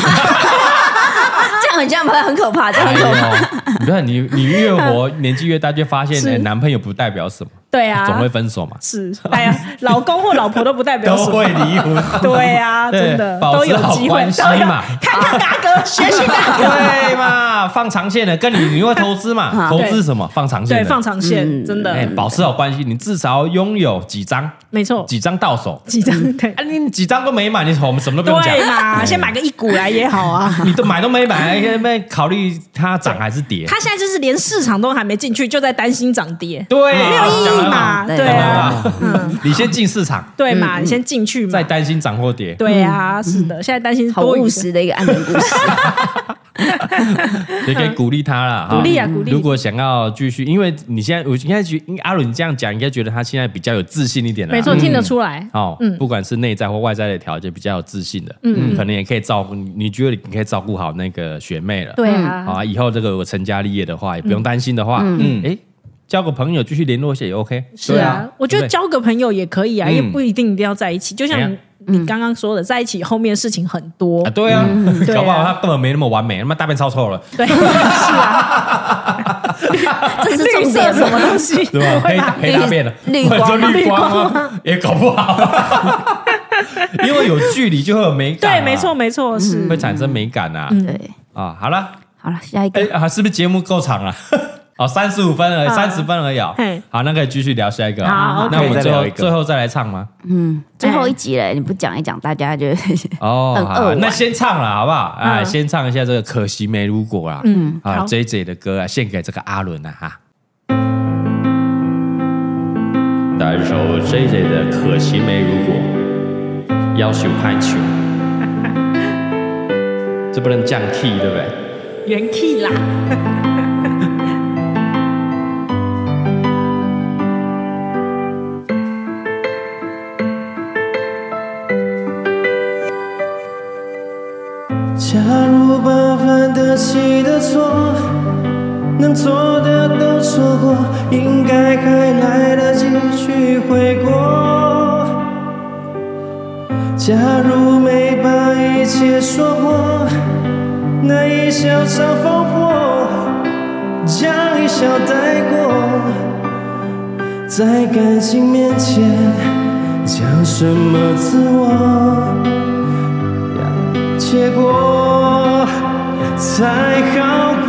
这样很这样很可怕，这样
哎
很可怕。
呦，你看你你越活年纪越大，就发现哎男朋友不代表什么，
对啊，
总会分手嘛，
是，哎呀，老公或老婆都不代表
都
什
会
么。
离婚。
对啊，
<laughs> 对
真的
保
都
持
有
好
机会，
关系
都有
嘛
看看大哥，学习
<laughs>
大哥，
对嘛，放长线的，跟你你会投资嘛？
啊
投资什么？放长线
对，
的，
放长
嗯
线，真
哎，
的
保持好关系，你至少拥有几张，
没错，
几张到手。
几张对
啊，你几张都没买，你我们什么 <laughs> 都不用讲，
对嘛，先买个一股来也好啊。
你都买都没买，还没考虑它涨还是跌？
他现在就是连市场都还没进去，就在担心涨跌，
对，
没有意
啊
义
讲得
嘛，
好
对
对啊，
讲得好你先进市场，
对嘛，你先进去嘛
再，担心涨或跌。
对啊，是的，现在担心是
好
多余
务
的
实的一个暗恋故事，
也可以鼓励他啦，哈
鼓励啊鼓励
如果想要继续，因为你现在，我应该觉得，因为阿伦你这样讲，应该觉得他现在比较有自信一点了。
没错，。听得嗯出来，
哦，不管是内在或外在的条件，比较有自信的，嗯，可能也可以照顾，你觉得你可以照顾好那个学妹了，
对啊，
啊，以后这个有成家立业的话，也不用担心的话，嗯，哎，交个朋友继续联络一下也 OK，
是
对
啊
啊，
我觉得交个朋友也可以啊，
嗯
也不一定一定要在一起，就像
哎呀
你刚刚说的在一起后面事情很多
啊，，对啊， <laughs>
对啊
搞不好他根本没那么完美，他妈大便超臭了，
对，是啊，
<laughs> 这是
绿
重
色
点
什么东西？
对
<laughs>
吧？黑大黑大便了， <laughs>
绿绿
啊
光吗
或者说绿光吗？也搞不好， <laughs> 因为有距离就会有美感、
对，
啊，
没错，，没嗯错，是
会产生美感啊。
<laughs> 对，
啊，好了，
好了，下一
哎、
个，
啊，是不是节目够长了？ <laughs> 哦，三十五分而已，
啊
三十分而已哦
嘿。
好，那可以继续聊下一个哦。
好
那我们
，OK
最
再
后
聊一个
最后再来唱吗？
嗯，最后一集了，你不讲一讲，大家就 <laughs>
哦，
很
好
扼
啊
腕
那先唱了好不好？啊，
嗯
先唱一下这个《可惜没如果》啦。
嗯
啊
好
，J J 的歌啊，献给这个阿伦啊哈。来一首 J J 的《可惜没如果》，要求拍球， <laughs> 这不能降 key 对不对？
元气啦。
假如把犯得起的错，能做的都做过，应该还来得及去悔过。假如没把一切说破，那一笑常风波，将一笑带过，在感情面前讲什么自我？结果才好过，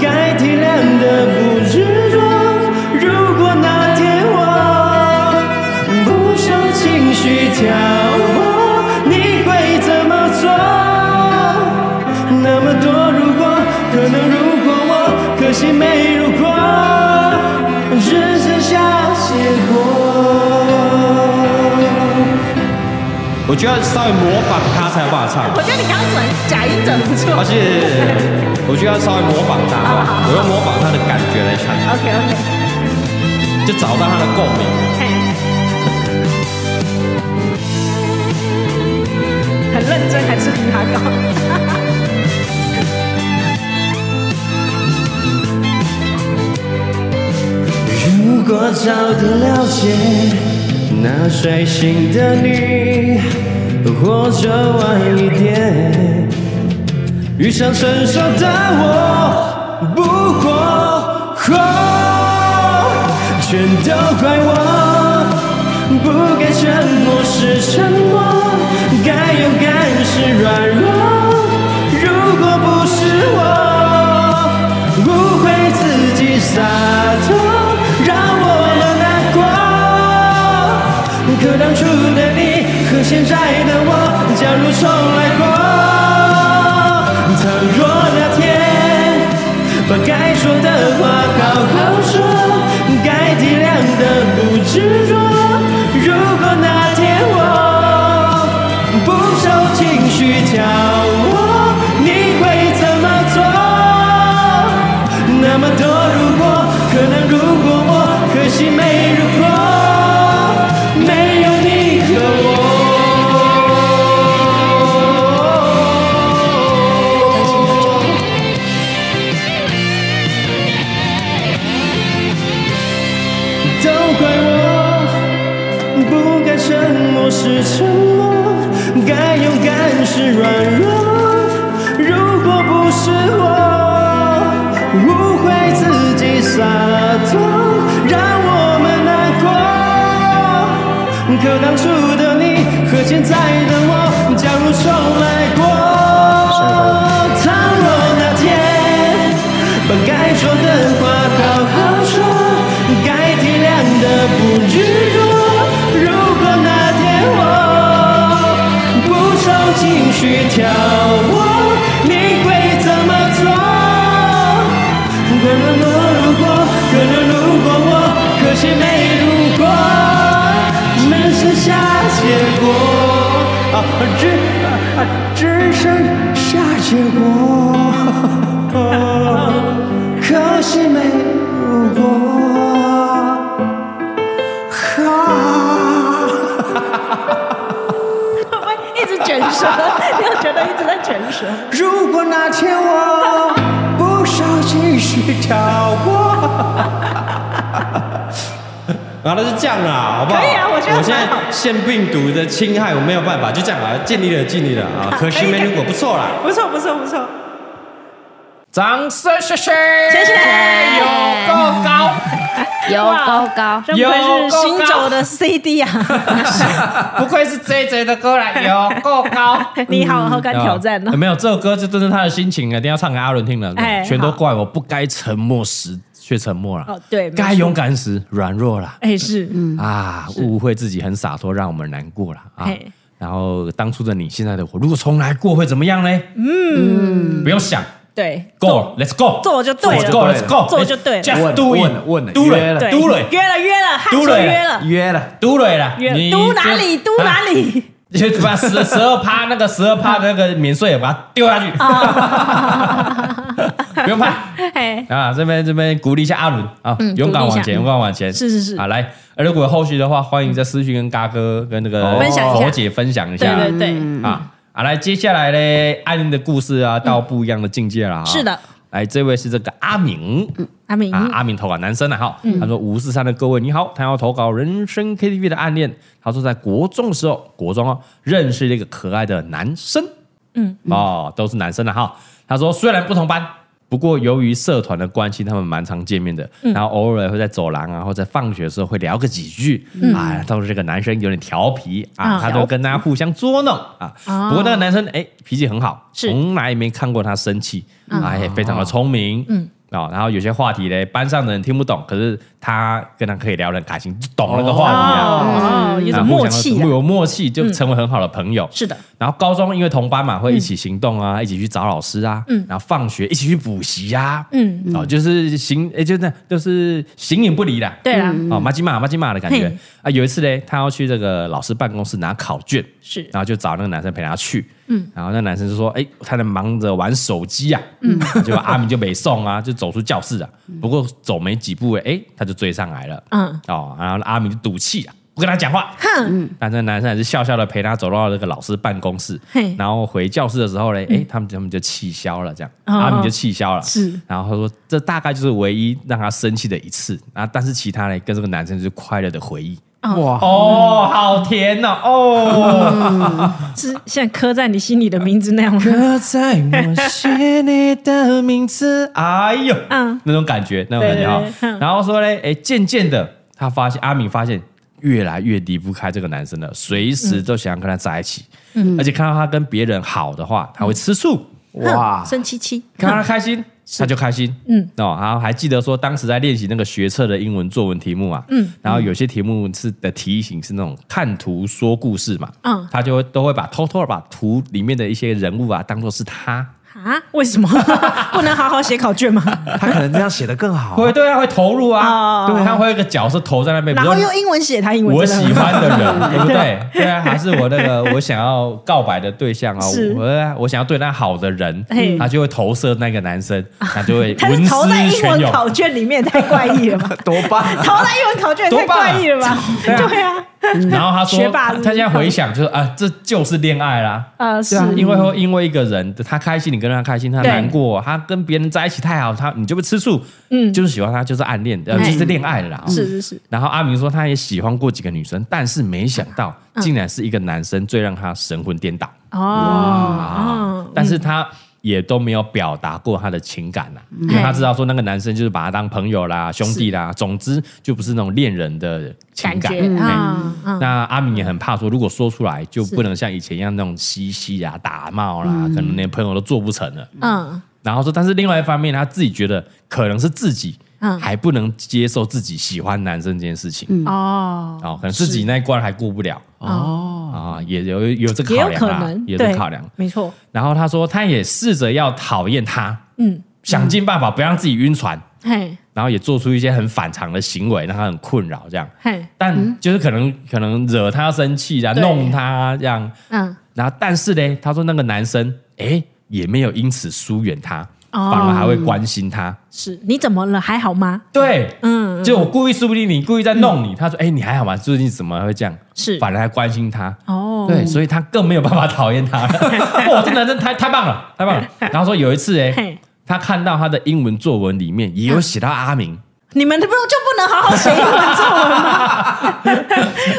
该体谅的不执着。如果那天我不受情绪挑拨，你会怎么做？那么多如果，可能如果我，可惜没如果，只剩下结果。
我觉得稍微模仿他才有办法唱。
我觉得你刚刚整假音整不错
而且我觉得要稍微模仿他吧，我用模仿他的感觉来唱，
，OK OK，
就找到他的共鸣。
<laughs> 很认真，还吃梨花糕。
如果早点了解那率性的你，活着晚一点，遇上成熟的我不活后，全都怪我，不该沉默是沉默，该勇敢是软弱。如果不是我。不会自己洒脱，让我们难过。可当初的你和现在的我，假如重来过，倘若那天把该说的话好好说，该体谅的不执着。如果那天我不受情绪挑拨，你会怎么做？那么多如果，可能如果我，可惜没如果，没有你和我。都怪我。不该沉默是沉默，该勇敢是软弱。如果不是我，误会自己洒脱，让我们难过。可当初的你和现在的我，假如重来过，倘若那天把该说的话好好说，该体谅的不执着。如果那天我不受情绪挑拨，你会怎么做？可能我如果，可能如果我，可惜没如果，只剩下结结果啊，只啊只剩下结果，可惜没如果。
会
哈。
不会 <laughs> 一直卷舌？ <laughs> 你有觉得一直在卷舌？
如果那天我不少继续跳过，
好了，就这样啦，好不好？
可以啊我觉得
我现在
蛮好
腺病毒的侵害，我没有办法，就这样啦，尽力了，尽力了
<laughs>
啊！可惜没如果不错啦，
不错，不错，不错。
掌声谢谢，
谢谢
有
哎
够高，
有
哇
高高，
真不愧是行走的 CD 啊！
不愧是 J J 的歌啦，有够高。
<laughs> 你好，好敢挑战哦
啊！没有这首歌，就真是他的心情，一定要唱给阿伦听了。
哎
全都
好
怪我不该沉默时却沉默了，
哦对没
该
错
勇敢时软弱了。
哎，是，
啊，误会自己很洒脱，让我们难过了啊
嘿。
然后当初的你，现在的我，如果重来过会怎么样呢？嗯，不用想
对，
，Go let's go，
做就对了
，Go let's go，
做就对了
Just
问
do it，
问了问了
，do
约
it，
了
对
do it，
约了，约了，还
嘟
说
了
约了，
约了，
do it 啦，
约
你
了，嘟哪里？嘟哪？里？
就啊就把十十二趴那个十二趴那个免税把它丢下去，
啊
<laughs> 不用怕。
<laughs> 哎，
啊，这边这边鼓励一下阿伦啊，勇敢
鼓励
往
一下
前，
嗯
勇敢往前，
是是是
啊，来，呃如果有后续的话，欢迎在私讯跟嘎哥跟那个
哦分享一
下
佛姐分享一
对
下，
对对，
啊啊，来，接下来嘞，艾琳的故事啊，到不一样的境界了啊，
是的，
来，这位是这个阿明，
阿明，
啊，阿明投稿男生啊，哈，他说五四三的各位你好，他要投稿人生 KTV 的暗恋。他说在国中的时候，国中哦，认识了一个可爱的男生，嗯，哦，都是男生的哈。他说虽然不同班，不过由于社团的关系，他们蛮常见面的，
嗯
然后偶尔会在走廊啊，或者放学的时候会聊个几句，啊，当时这个男生有点调皮啊，
嗯啊哦
他就跟大家互相捉弄啊。不过那个男生哎脾气很好，
是嗯
从来没看过他生气，哎，非常的聪明，嗯。哦，然后有些话题嘞，班上的人听不懂，可是他跟他可以聊得很开心，就懂那个话题啊，
哦，哦有
啊
种默契
互
啊
相，有默契，就成为很好的朋友。
是的，
然后高中因为同班嘛，会一起行动啊，一起去找老师啊，然后放学一起去补习啊，
嗯
哦，就是形，哎，就那，就是形影不离啦，
对啊啦，
哦，马吉玛马吉玛的感觉
嘿
啊。有一次嘞，他要去这个老师办公室拿考卷，
是
然后就找那个男生陪他去，嗯，然后那男生就说，哎，他在忙着玩手机啊，嗯，结果阿明就没送啊，就走出教室啊，不过走没几步，哎，他就追上来了，
嗯，
哦，然后阿明就赌气啊，不跟他讲话，哼，但是男生还是笑笑的陪他走到那个老师办公室
嘿，嗯
然后回教室的时候嘞，哎，他们他们就气消了，这样，
哦
阿明就气消了，
是，
然后他说这大概就是唯一让他生气的一次，然后但是其他嘞跟这个男生就是快乐的回忆。
<laughs>
哇，
哦，好甜哦！哦，
是现在刻在你心里的名字那样
<laughs>
吗？
刻在我心里的名字，哎呦，
嗯
那种感觉，那种感觉啊
对对对。嗯
然后说嘞，哎，渐渐的，他发现阿敏发现越来越离不开这个男生了，随时都想要跟他在一起，
嗯
而且看到他跟别人好的话，他会吃醋。
哇
哼，生七七，
看到他开心，他就开心。嗯，哦，然后还记得说，当时在练习那个学测的英文作文题目啊，嗯，然后有些题目是的题型是那种看图说故事嘛，嗯
嗯，
他就会都会把偷偷的把图里面的一些人物啊当做是他，
啊？为什么 <laughs> 不能好好写
<laughs>
考卷吗？
他可能这样写的更好
会对啊，会投入啊，
哦
对，他会有一个角色投在那边，比
然
如
后
说
用英文写他英文，
我
真的很
喜
好
欢的
<laughs>
人，对不对？对啊，还是我那个我想要告白的对象啊，
是
我我想要对他好的人
嘿，啊
他就会投射那个男生，他就会
<laughs> 他
文
是投在
思
英
泉
文
涌。
考卷里面，太怪异
<laughs>
了吧？
多棒！
投在英文考卷也太怪异了吧？
多棒啊
对啊，
然后他说，
学霸
他
是不是
他现在回想就是啊，这就是恋爱啦。
呃，
对
是
啊，因为会因为一个人他开心，你跟他开心；他
对
难过，他跟别人在一起太好，他你就会吃醋。嗯，
嗯
就是喜欢他，就是暗恋，呃，
嗯
就是恋爱了啦。
是是是，
然后阿明说，他也喜欢过几个女生，但是没想到，
嗯
竟然是一个男生最让他神魂颠倒
哦嗯
啊，！但是他。也都没有表达过他的情感呐、
嗯
因为他知道说那个男生就是把他当朋友啦、兄弟啦，总之就不是那种恋人的情
感
感。
觉
嘿
啊，嗯
那阿明也很怕说，如果说出来就不能像以前一样那种嬉戏啊、打闹啦，可能连朋友都做不成了。
嗯
然后说，但是另外一方面，他自己觉得可能是自己
嗯
还不能接受自己喜欢男生这件事情，
哦，
哦，可能自己那一关还过不了
哦，
啊，也有有这个
也
考
有
量
可
啦
能，，
有这
对
个考量。
没错，
然后他说，他也试着要讨厌他，
嗯，
想尽办法不让自己晕船。
嘿，
然后也做出一些很反常的行为，让他很困扰这样。
嘿，
但就是可能、可能惹他生气啊，
嗯对
弄他这样，
嗯，
然后但是呢，他说那个男生哎、诶也没有因此疏远他，
哦
反而还会关心他。
是你怎么了？还好吗？
对，
嗯，
就我故意说不定你故意在弄你，他说哎、诶你还好吗？最近怎么会这样？
是
反而还关心他。
哦，
对，所以他更没有办法讨厌
<laughs>
他了。哇，这男生太太棒了，太棒了。然后说有一次，哎
嘿，
他看到他的英文作文里面也有写到阿
<laughs>
明，
你们不就不能好好写英文作文吗？ <laughs>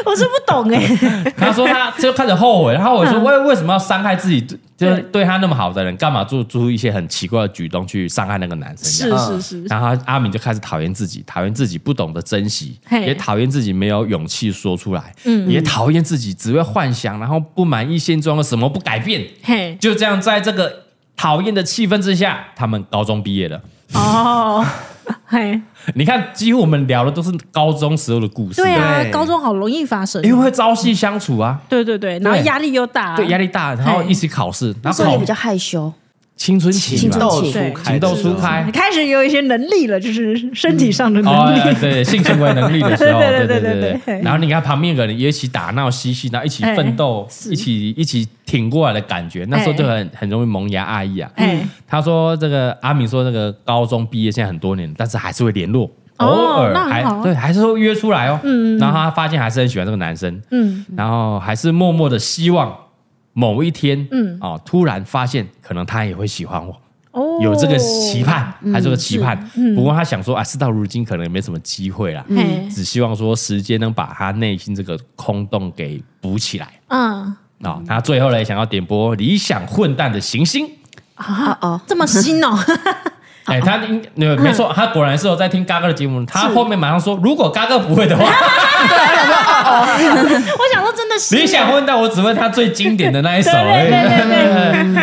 我是不懂哎、
他说他就开始后悔，然后我说
嗯
为为什么要伤害自己？就是
对
对他那么好的人，干嘛做出一些很奇怪的举动去伤害那个男生？这样
是是是，
然后阿明就开始讨厌自己，讨厌自己不懂得珍惜，
嘿嗯
也讨厌自己没有勇气说出来，也讨厌自己只会幻想，然后不满意现状的什么不改变，
嘿，
就这样在这个讨厌的气氛之下，他们高中毕业了。
哦， <laughs> 嘿，
你看，几乎我们聊的都是高中时候的故事，
对啊，
对
高中好容易发生，
因为会朝夕相处啊，
对对对，然后压力又大，啊
对压力大，然后
嘿
一起考试，
啊那
然
时
后
候也
考
比较害羞，
青春期嘛，
青春期
对
情窦初开，
开始有一些能力了，就是身体上的
哦
<laughs> 能，力，
哎对，性行为能力的
<laughs>
时候，
对对
对对
对对
对
对
对
对
然后你看旁边有个人也一起打闹嬉戏，然后一起奋斗，一起一起挺过来的感觉，那时候就很很容易萌芽爱意啊。
哎
他说这个阿明说那个高中毕业现在很多年，但是还是会联络。
哦
偶尔
那很
还
好啊
对，还是会约出来哦。然后他发现还是很喜欢这个男生，
嗯，
然后还是默默的希望某一天，嗯，哦，突然发现可能他也会喜欢我，
哦，
有这个期，盼，还是有个期盼。不过他想说啊，事到如今可能也没什么机会啦，
嘿，
只希望说时间能把他内心这个空洞给补起来。
嗯
啊、他最后呢，想要点播《理想混蛋的行星》
哦
啊，
哦，
这么新哦，
哎、他应呃没错，他果然是有在听嘎哥的节目。他后面马上说，如果嘎哥不会的话，
我想说真的是
理想混蛋，我只问他最经典的那一首而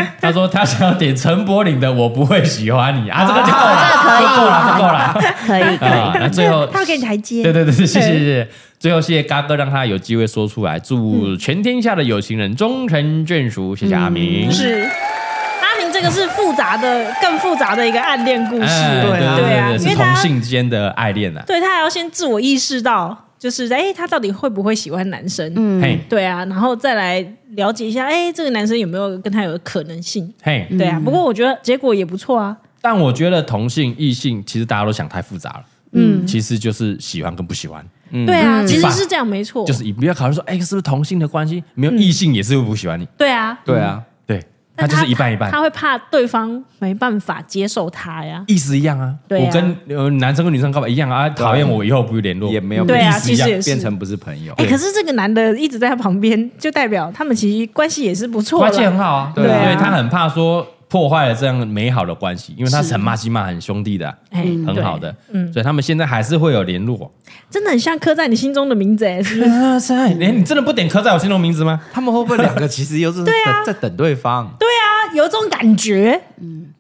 已。 <laughs> 他说他想要点陈柏霖的《我不会喜欢你》啊，这个就够了，
这个可以
够了，这够了。
可以，
啊，那最后
他要给你台阶，
对对对，谢谢谢谢。最后谢谢嘎哥，让他有机会说出来。祝
嗯
全天下的有情人终成眷属，谢谢阿明。
是阿明这个是复杂的，更复杂的一个暗恋故事，
哎
对啊
对啊
对
因为
是
大
同
家
性间的爱恋啊。
对他还要先自我意识到，就是哎、他到底会不会喜欢男生？嗯，
嘿
对啊，然后再来了解一下，哎、这个男生有没有跟他有可能性？
嘿，
对啊，不过我觉得结果也不错啊。
但我觉得同性异性其实大家都想太复杂了。嗯，其实就是喜欢跟不喜欢，
对啊，其实
把
是这样没错。
嗯就是你不要考虑说，哎，是不是同性的关系？
嗯
没有异性也是会不喜欢你，嗯
对啊，
对啊，
对，他
但
就是一半一半
他，会怕对方没办法接受他呀。
意思一样啊。
对啊
我跟呃男生跟女生干嘛一样啊？讨厌我以后不联络，
也没有
对啊，
意思
其
一
实
样
也是
变。成不是朋友
哎、。可是这个男的一直在他旁边，就代表他们其实关系也是不错
关系
的
很。好啊，
对啊
因为他很怕说破坏了这样美好的关系，因为他是很骂鸡骂很兄弟的啊、
哎
很好，的，所以他们现在还是会有联络。
对真的很像刻在你心中的名字哎，是不是？
哎，你你真的不点刻在我心中名字吗？
他们会不会两个其实又
<laughs>
是
啊
在在等对方，
对啊，有一种感觉，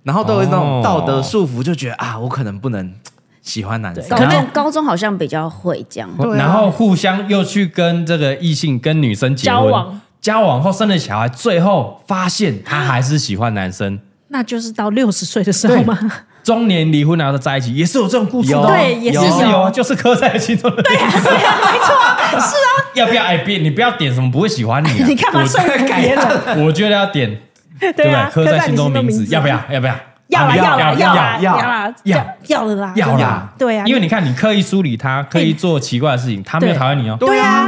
然后都有一
哦
种道德束缚，就觉得啊，我可能不能喜欢男生
高。
然
中
后
高中好像比较会这样，
对啊
然后互相又去跟这个异性跟女生结婚
交往，
交往后生了小孩，最后发现他还是喜欢男生，
那就是到六十岁的时候吗？
中年离婚然后再在一起，也是有这种故事的哦，
有
对也是
是
有
有啊，就是刻在心中的。对啊，没错，是啊。 <laughs> 要不要哎别你不要点什么不会喜欢你啊，
<laughs> 你干嘛
我
说服别人？
我觉得要点，对不
啊，
对？刻在心中
的
的名字，要不要？？要不要？
要啦
啊
啊要啦
要
啦
要
啦
要
要要了啦！
要
要
啦
啦！
对啊
因为你看，你刻意梳理他，刻意做奇怪的事情，他没有
对
讨厌你哦。
对啊，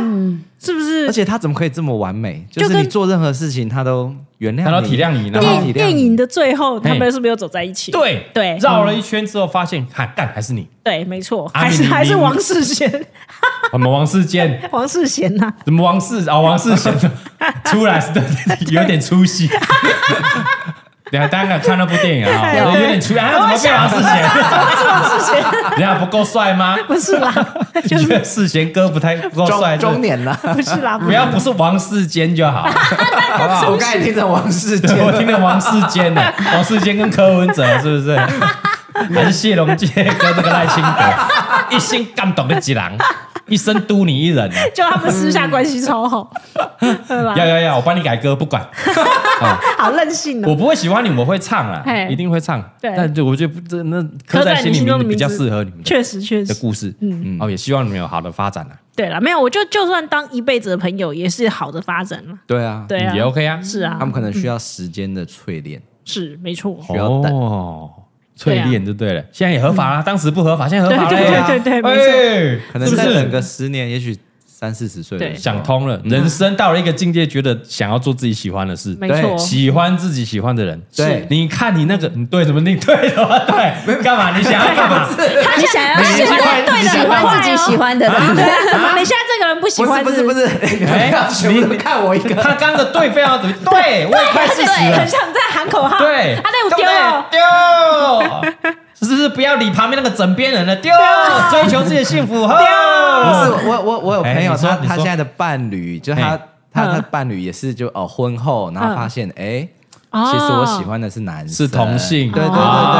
是不是
而？且他怎么可以这么完美？
就
就
跟
是你做任何事情，他都原谅你，
他都体谅你
然
然
后
后
体
电电
谅
影
你。
的最后，他
嘿
们是不是又走在一起？
对
对
绕了一圈之后，发现，看，干还是你，
对，没错，
阿
还
米
是
尼
还是
明
王世贤，
我们王世坚，
王世贤呐，
什么王世啊，王世
<laughs>
贤出来是有点出息。 <laughs> 等一下大家看那部电影啊，
对
有点出息，啊，怎么变王世贤？
还是王世贤？
人家不够帅吗？
不是啦，
你觉
就是
得世贤哥不太不够帅，是不
中
是
中年了，
<laughs>
啊
不是啦，
不要不是王世坚就
<laughs>
好了。
好不好？我刚才听成王世
对，我
坚，
听了王世坚
<laughs>
呢，王世坚跟柯文哲是不是？还是谢龙介跟那个赖清德，一心干懂的几郎，一生督你一人啊！啊
就他们私下关系超好，对吧？ <laughs>
要要要，我帮你改歌，不管。
好任性哦
我。不会喜欢你，我会唱啊
嘿，
一定会唱。
对
但就我觉得不这那刻
刻在
在心
你
里
心中
面
的
比较
名字
适合你们的
确实，确
的
实，
故事。嗯，哦，也希望你们有好的发展啊，
对了，没有，我就就算当一辈子的朋友，也是好的发展了。
对啊，
对啊，
也 OK 啊。
是啊
他，们可能需要时间的淬炼。
嗯
是没错。
需要等
哦，
对啊
淬炼就对了，现在也合法了，当时不合法，现在合
对
法了
对
呀。
对对，没错。
哎，
可能
是不
再
是
等个十年，也许三四十岁的
对
时候
想通
嗯
了，人生到了一个境界，觉得想要做自己喜欢的事，
没错
对
喜欢自己喜欢的人。
对
你看你那个，你对什么？你对什么？
<laughs>
对，干嘛？你想要干嘛？
他想要
你
喜
喜
欢
欢
对的，
喜欢自己喜。欢的人，
怎 <laughs> 么？你现在这个人不喜
不是
欢？
不是不
是，
是， <laughs> 你们不
哎
要全部都看我一个。
他刚刚的对非常对，对我也快四十
对，
了
很，像在喊口号。
对，
他在
对不啊
丢哦。
对丢，是不是不要理旁边那个枕边人了？丢，追求自己的幸福，丢。
不是我我我有朋友，
哎你说哎
他
你
他
说
现在的伴侣，就他
嘿
他
嗯
他伴侣也是就哦婚后，然后发现哎，
哦
其实我喜欢的是男生
是同性
对对对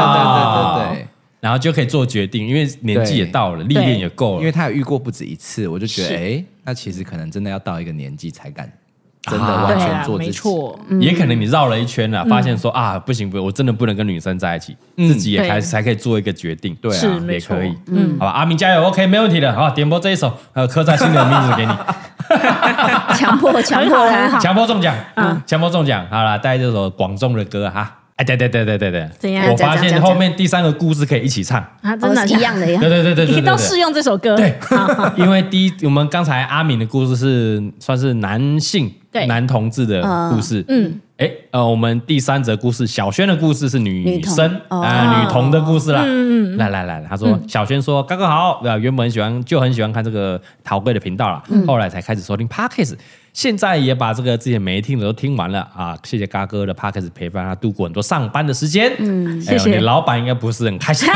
哦
对对对对
然后就可以做决定，因为年纪也到了，历练也够
对，
了，
因为他有遇过不止一次，我就觉
是
得哎，那其实可能真的要到一个年纪才敢真的
啊
完
对
全
啊
做，自
没
己。
错。
也可能你绕了一圈
嗯
了，发现说啊，不行不行，我真的不能跟女生在一起，自己也
对
开始才可以做一个决定，
对啊
是
也
没错
可以，嗯，好吧，阿明加油，OK，没问题的，好，点播这一首，呃，刻在心里的名字给
<laughs>
你，
<laughs> 强迫强迫
很好
他，哦
强迫中奖，
嗯
强迫中奖，好了，带这首广众的歌哈，哎，对对对对对对，
怎样
我发
怎样怎
现
样
后面第三个故事可以一起唱，
啊，真
哦
的
是一样的呀
对。对对对对，
你可以
对
到
对
试用这首歌。
对， <laughs> 因为第一，我们刚才阿敏的故事是算是男性
对
男同志的故事，嗯
嗯，
哎、呃，我们第三则故事，小轩的故事是女
女童
生啊、
哦
女童的故事啦。嗯嗯，来来来，他说、小轩说刚刚好，呃，原本很喜欢就很喜欢看这个陶贵的频道啦，后来才开始收听 Parkes，现在也把这个之前没听的都听完了啊，谢谢嘎哥的 Parkes 陪伴他度过很多上班的时间，嗯，
谢谢
你老板应该不是很开心。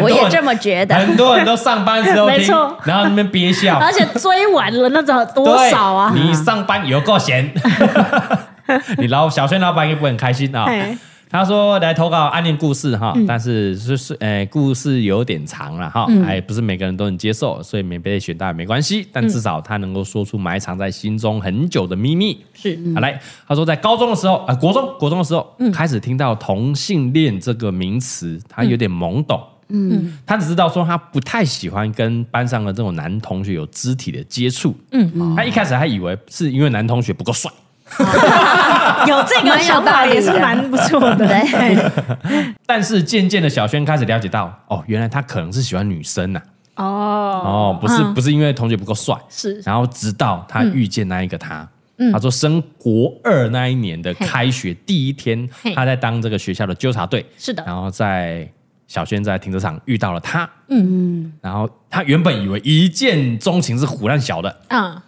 我也这么觉得。
很多人都上班时候听
没错，
然后那边憋笑，
<laughs>
<laughs>
而且追完了那种多少啊
对？你上班有够
<laughs>
闲，你老小轩老板也不会很开心啊、
嘿嗯
他说来投稿暗恋故事哈，但是是是，呃，故事有点长了哈，哎，不是每个人都能接受，所以没被选到也没关系，
嗯
但至少他能够说出埋藏在心中很久的秘密。
是
好来，他说在高中的时候，啊、国中国中的时候、开始听到同性恋这个名词，他有点懵懂。嗯，他只知道说他不太喜欢跟班上的这种男同学有肢体的接触。嗯，他一开始还以为是因为男同学不够帅，
有这个想法也是蛮不错的。
对，
但是渐渐的，小轩开始了解到，哦，原来他可能是喜欢女生呐、
<laughs>
啊
哦
哦，不是、不是因嗯为同学不够帅，
是
然后直到他遇见那一个他，他说升国二那一年的开学第一天
嘿，
他在当这个学校的纠察队，
是的
然后在小轩在停车场遇到了他，嗯嗯，然后他原本以为一见钟情是胡乱小的，
嗯，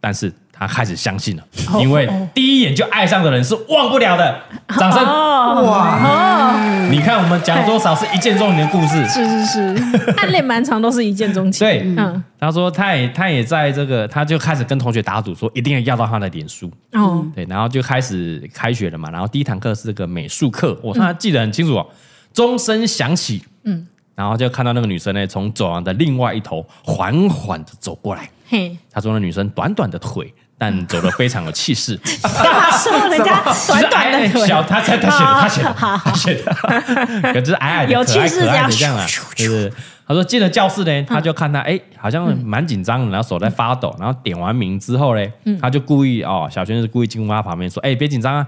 但是他开始相信了，因为第一眼就爱上的人是忘不了的。掌声！哇，你看我们讲多少是一见钟情的故事，
是是
<laughs>
是，暗恋蛮长都是一见钟情。
对，
嗯，
他说他也他也在这个，他就开始跟同学打赌说一定要要到他的脸书，
哦，
对，然后就开始开学了嘛，然后第一堂课是这个美术课，我他记得很清楚哦，钟声响起，嗯，然后就看到那个女生呢从走廊的另外一头缓缓的走过来， <laughs>
嘿，
他说那女生短短的腿，但走得非常有气势，
干嘛送人家短短的
就
啊
是矮矮
腿？
哎小，他他他写的，
好
他写的，他写的，可就是矮矮的，
有
可爱
气势
可爱的这
这
样
样
啊，就是。他说进了教室呢，他
嗯
就看他哎、好像蛮紧张的，然后手在发抖，然后点完名之后呢，
嗯
他就故意哦，小轩是故意经过他旁边说，哎、别紧张啊，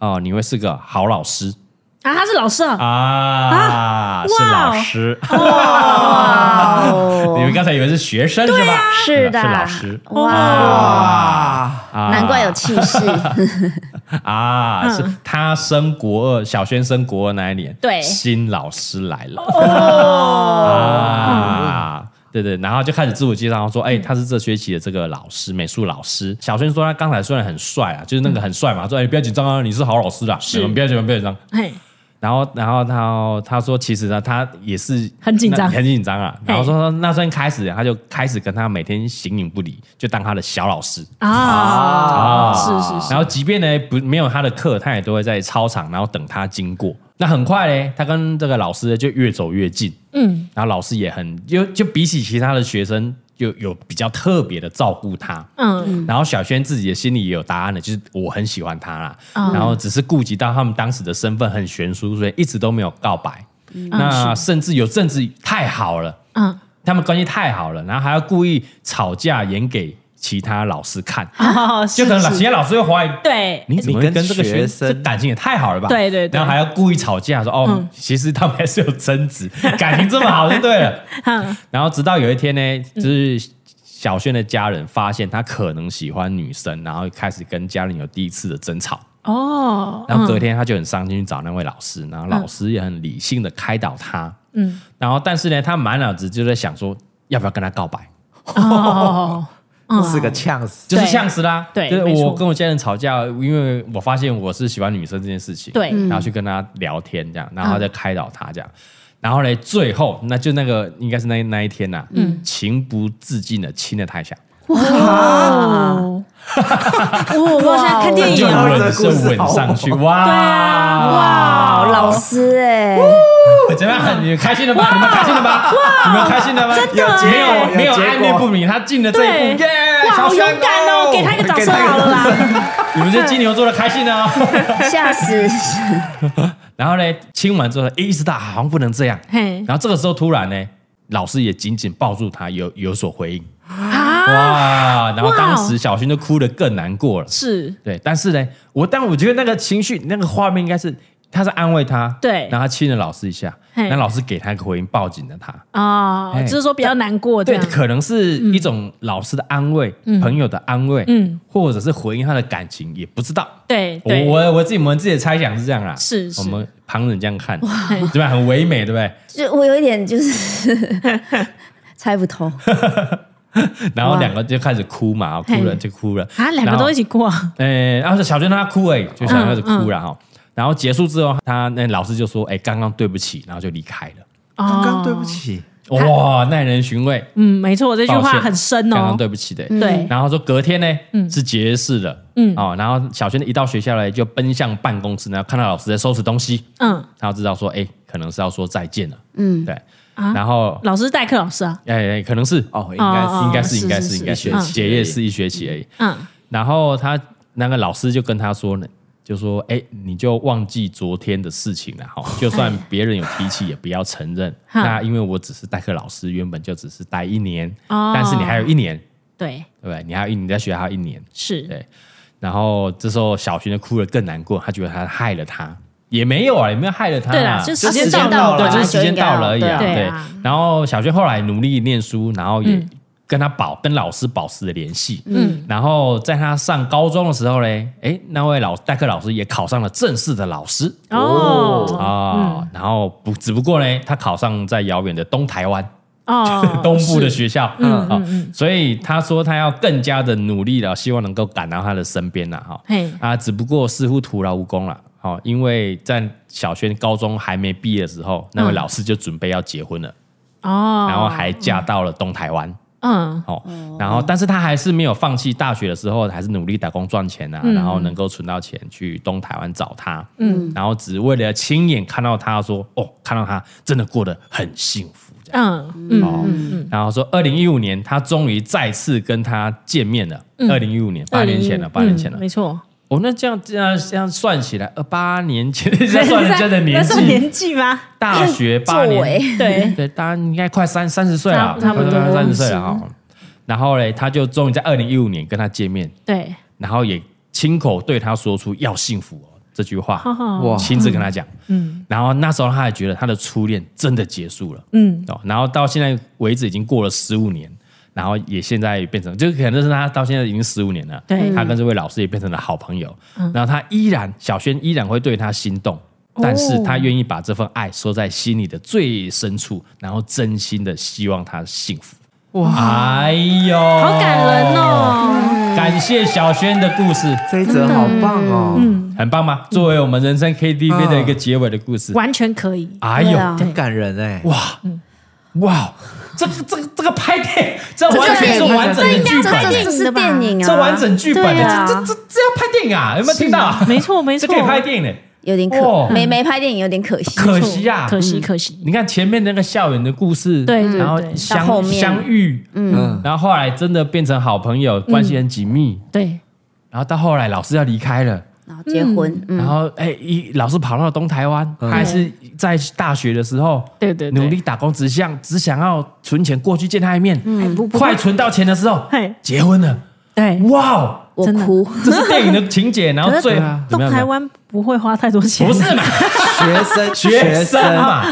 哦，你会是个好老师
啊，他是老师嗯啊，
啊，是
哇哦
老师，啊
哇
<laughs> 你
哦，
们刚才以为是学生是吧？
是的
是老师，
哇，
啊，
啊
难怪有气势，
啊，是
嗯
他升国二，小轩升国二那一年，
对
新老师来了
哦嗯
啊。对对，然后就开始自我介绍，说：“哎、他是这学期的这个老师，美术老师。”小轩说：“他刚才虽然很帅啊，就是那个很帅嘛，说：‘哎、不要紧张啊，你是好老师啦，
嗯是
你们不要紧张，不要紧张。
嘿，’
然后，然后他他说，其实呢，他也是
很紧张
那很紧张啊。然后说那算开始，他就开始跟他每天形影不离，就当他的小老师。
啊，是是是，
然后即便呢不没有他的课，他也都会在操场，然后等他经过。那很快嘞，他跟这个老师就越走越近，嗯，然后老师也很就就比起其他的学生，就有比较特别的照顾他。
嗯，
然后小轩自己的心里也有答案了，就是我很喜欢他啦。然后只是顾及到他们当时的身份很悬殊，所以一直都没有告白。那甚至有政治太好了，
嗯，
他们关系太好了，然后还要故意吵架演给其他老师看，<laughs>
哦，
就可能其他老师会怀疑。
对，
你怎么会
你跟
跟这个学
学生
这感情也太好了吧？
对对对嗯
然后还要故意吵架说哦，其实他们还是有争执， <laughs> 感情这么好就对了。
<laughs> 嗯
然后直到有一天呢，就是小轩的家人发现他可能喜欢女生，然后开始跟家人有第一次的争吵。
哦，
然后隔天他就很伤心去找那位老师，
嗯
然后老师也很理性的开导他。嗯，然后但是呢，他满脑子就在想说要不要跟他告白，
哦，
是个呛死。
就是
对
呛死啦。
对
就是
没错
我跟我家人吵架，因为我发现我是喜欢女生这件事情。
对
嗯
然后去跟他聊天这样，然后再开导他这样。然后呢，最后那就那个应该是那那一天呐、嗯，情不自禁的亲了他一下。
啊
<laughs>
哦，
我
哇
现在看电
就
影
哇
了，
吻是吻
哦
上去，哇！
对啊，
哇，老师哎，
怎么样？很你们开心了吧？你们开心了吧？你们开心了吗？真
的有结
没
果
有没有
有结果
暧昧不明，他进了这一
哎对
步，耶！
哇，
小
好
轩
勇敢哦，给他一个掌声好了啦，
你们这金牛座的开心了哦。
吓死！
然后呢，亲完之后，诶意识到好像不能这样。
嘿
然后这个时候突然呢，老师也紧紧抱住他，有有所回应。
啊，
哇！然后
哇
当时小勋就哭得更难过了。
是
对，但是呢，我但我觉得那个情绪、那个画面应该是他是安慰他，
对
然后他亲了老师一下，
嘿
那老师给他一个回应，抱紧了他。
哦，
哎
就是说比较难过这
对，
样，
可能是一种老师的安慰，朋友的安慰，
嗯
或者是回应他的感情，也不知道。
对
我
对，
我我自己我们自己的猜想是这样啦，
是是
我们旁人这样看，对吧？很唯美，对不对？
就我有一点就是
<laughs>
猜不透，
然后两个就开始哭嘛，哭了
嘿
就哭了
啊，两个都一
起，
起过，
哎，然后小娟让他哭而已，就小娟开始哭了哈。然后结束之后，他那老师就说：“哎，刚刚对不起。”然后就离开了。
刚
刚刚对不，起，
哇，耐人寻味。
哦嗯，没错，这句
抱
话
歉
很深
刚
哦
刚，对不起的，
对，
然后说隔天呢，是结识了，嗯，哦，然后小轩一到学校来就奔向办公室，然后看到老师在收拾东西，
嗯，
他就知道说，哎，可能是要说再见了，嗯，对，然后，
老师代课老师啊，
哎，哎可能是，
哦，应该
哦
是
应该是，
是
应该
是
是，
是
应该
一
是
学，期
结
而已
业是一学期而已。
嗯，
然后他那个老师就跟他说呢，就说，哎，你就忘记昨天的事情了，
<laughs>
哈，就算别人有提起，也不要承认。
哈
那因为我只是代课老师，原本就只是待一年，
哦
但是你还有一年，
对，
对不对？你还有一你在学校还有一年。
是，
对，然后这时候小轩就哭得更难过，他觉得他害了他，也没有啊，也没有害了他啦，
对啦就时间
到了
对，
啊
就是时间到了而已啊。
对
啊
对
啊，
然后小轩后来努力念书，然后也跟他保跟老师保持了联系。嗯，然后在他上高中的时候嘞，哎，那位老代课老师也考上了正式的老师。
哦
啊，然后不，只不过呢，他考上在遥远的东台湾，
哦，
<laughs> 东部的学校，嗯好，所以他说他要更加的努力了，希望能够赶到他的身边了哈
嘿。
啊，只不过似乎徒劳无功了，哦，因为在小轩高中还没毕业的时候，那位老师就准备要结婚了，
哦，
然后还嫁到了东台湾。
嗯
哦，然后但是他还是没有放弃大学的时候，还是努力打工赚钱啊，然后能够存到钱去东台湾找他，嗯，然后只为了亲眼看到他说，哦，看到他真的过得很幸福，这样。
嗯嗯
哦，然后说二零一五年他终于再次跟他见面了，二零一五年八年前了，八年前了
嗯。没错，
哦，那这样这样这样算起来，呃，八年前 <laughs> 这算人家的
<laughs> 那
年
算
纪，
年纪吗？
大学八
作
年，
为
对，
对，大家应该快三三十岁了，
差不多嗯
三十岁了哈。然后嘞，他就终于在二零一五年跟他见面，
对，
然后也亲口对他说出“要幸福哦”这句话，
哦，
哇，
亲自跟他讲，嗯，然后那时候他还觉得他的初恋真的结束了，
嗯，
哦，然后到现在为止已经过了十五年，然后也现在也变成，就是可能是他到现在已经十五年了，
对嗯
他跟这位老师也变成了好朋友，然后他依然小轩依然会对他心动，
哦
但是他愿意把这份爱收在心里的最深处，然后真心的希望他幸福。哇，哎呦，
好感人！哦，
感谢小轩的故事，
这一则好棒哦，
嗯
很棒吗？作为我们人生 KTV
嗯
的一个结尾的故事，
完全可以，
哎呦
对，啊
很感人哎，
哇，哇，这个这个这个拍电，这完全是
这
完整的剧
这
本
这
欸，
这是电影啊，
这完整剧本欸，
对啊
这这这这要拍电影啊？有没有听到啊？
没错没
这
错，
可以拍电影的，
有点可、
哦
没没拍电影有点可惜。
可惜啊呀、
可惜可惜。
你看前面那个校园的故事，
对对
然后
对
相
到后面
相遇，
嗯，
然后后来真的变成好朋友，关系很紧密，
对，
然后到后来老师要离开了，
然后结婚，嗯，
然后哎一老师跑到了东台湾，他
嗯
还是在大学的时候，
对对对
努力打工，只想只想要存钱过去见他一面，
哎不不
快存到钱的时候
嘿，
结婚了，
对，
哇哦！
我
真的
哭，
这是电影的情节，然
<laughs>
后
可是
最怎
啊东
么样
台湾不会花太多钱，
不是
<laughs>
嘛？
学生
学生嘛，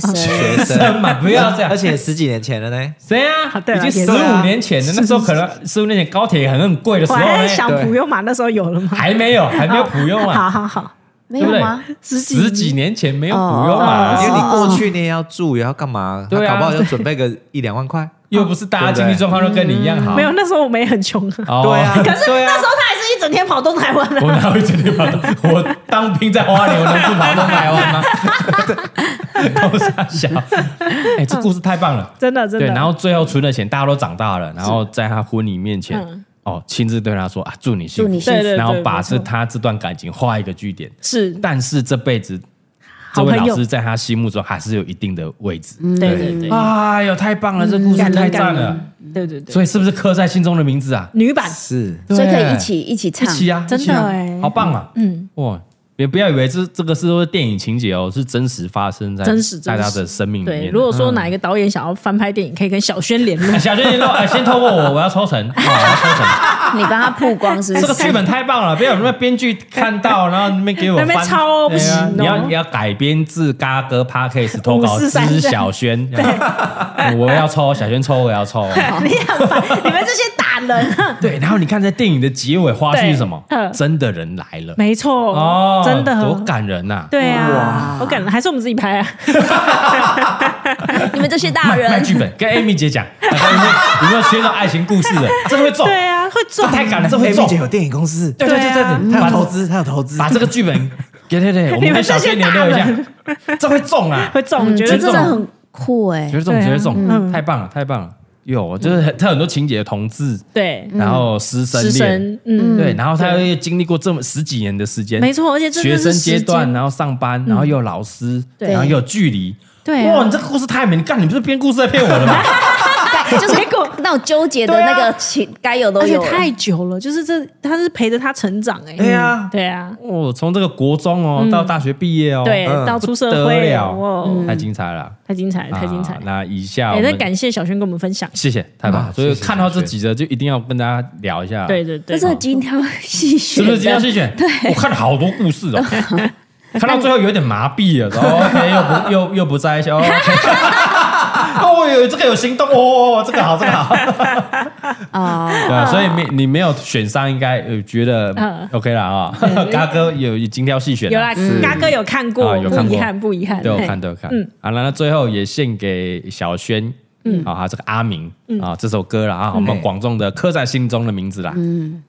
<laughs>
生
学
学
生
生嘛，不要这样
而。且十几年前了呢，
谁啊？
对
已
啊
经十
也对
五
啊
年前了，那时候可能十五年前高铁也很很贵的时
我
候呢，哎
还在想
对
普悠玛那时候有了吗？
还没有，还没有普用
<laughs> 好
啊，
好好，
没
对
有
不对
吗？？
十几
十几年前没有普用
因
哦
为
嘛，
你过去你也要住，也要干嘛，他
啊对啊
搞不好要准备个一两万块，
又不是大家经济状况都跟你一样好。
没有，那时候我们也很穷啊。
哦
对啊，
可是
对
那
啊
时候，他还是一整天跑东台湾的，
我哪会整天跑到？我当兵在花莲，我能不跑到台湾吗？
<laughs>
高傻笑，哎，这故事太棒了。
真的真的。
对，然后最后存了钱，大家都长大了，然后在他婚礼面前，
嗯
哦，亲自对他说啊，祝你幸
祝你
福，
幸
对
福。
对对，
然后把
没
这
错
他这段感情画一个句点。
是
但是这辈子，这
好
位
朋
老
友
师，在他心目中还是有一定的位置。
嗯
对对对，
哎呦，太棒了，这故事太赞了！
对对对，
所以是不是刻在心中的名字啊？
女版
是
嗯所以可以
对
一起一起
一
唱，
起啊，
嗯真的
一起啊
哎
好棒啊！
嗯，
哇，也不要以为这这个是说电影情节哦，是真实发生在
真实真
大
实
家的生命里
对。
面。嗯
如果说哪一个导演想要翻拍电影，可以跟小轩
<laughs>
联络
哎。小娟，你哎，先透过我，我要抽
<laughs>
成，哦我要抽成。
你帮他曝光是不
这
是？
个剧本太棒了，不要有那么编剧看
<laughs>
到，然后那边给我翻
那边抄哦
对啊
不行哦
你要你要改编自嘎哥 Parkes 投稿
<laughs> 五四三
之小
<laughs>
轩， <laughs> 我要抽，小轩抽，我要抽。
你很烦，你们这些打人啊！
对，然后你看在电影的结尾花絮是什么
对嗯？
真的人来了
没错，
哦，
<laughs> 真的
多感人呐！
对啊，我感还是我们自己拍啊。
<laughs> 你们这些大
卖卖
人，
剧
<laughs>
本，跟 Amy 姐讲，大家有没有有没有学到爱情故事的？这会中，
对啊，会
这
中
太感人，这会
A
中
B。姐有电影公司，
对对对
对啊
对对，
他
把
有投资，他有投资，
把这个剧本，对对
<laughs>
对，我
你
们
们
跟小
这些
轩联
大
络一下
人，
这会中啊！
<laughs> 会中，
嗯
绝
这
对
真
中
的。很酷哎
绝，种，
对啊
绝种，
嗯
太棒了，太棒了！有，就是很他很多情节，同志，
对，
然后师生
嗯师
恋，
生，嗯，
对，然后他又经历过这么十几年的时间，
没错，而且真
学
的是
生
时
阶
间嗯
段，，然后上班，然后又有老师，
对
然后又有距离，
对啊
哇，你这个故事太美！你干，你不是编故事在骗我的吗？
对就是
结果
那种纠结的那个情，该有都
而且
有了。
太久了，就是这他是陪着他成长哎。
对
<laughs>
啊
对啊，
哦，从这个国中哦到大学毕业哦，
嗯对，
嗯
到出社
不得
会
了
哇，
太精彩了，
太精彩，了，太精彩
啊
了。
那以下我
也在
们
感谢小轩跟我们分享。
谢谢，太棒！了。
啊
所以
谢谢
看到这
谢谢
几则就一定要跟大家聊一下，
对对对
这，是精挑细
是
选
不
的，
是今天要去选？对，我看了好多故事
<laughs>
哦，看到最后有点麻痹了，然后 OK <laughs> 又不又又不在笑。哦哦，有这个有心动哦，这个好，这个
<laughs>
好。
啊？
对啊，所以没你没有选上，应该呃觉得
嗯
OK 了啊。 <laughs> 嘎哥有有精挑细选
有
啊，
啦，嗯嘎哥有看过
啊，有看
不
过
遗憾，不遗憾。
都有
嘿
看都有看
嗯。
好了，那最后也献给小轩，嗯，啊，还有这个阿明
嗯
啊这首歌了啊，我们广众的刻在心中的名字啦。
嗯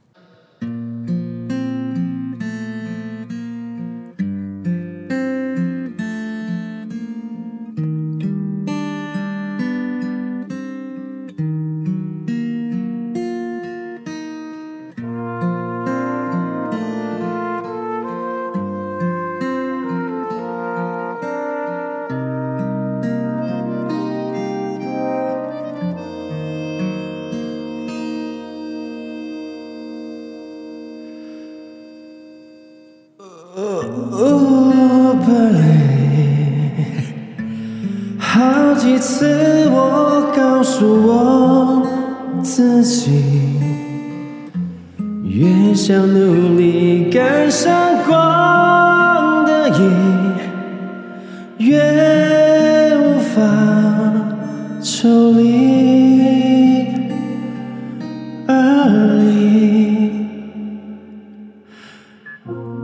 好几次我告诉我自己，越想努力赶上光的影，越无法抽离而已。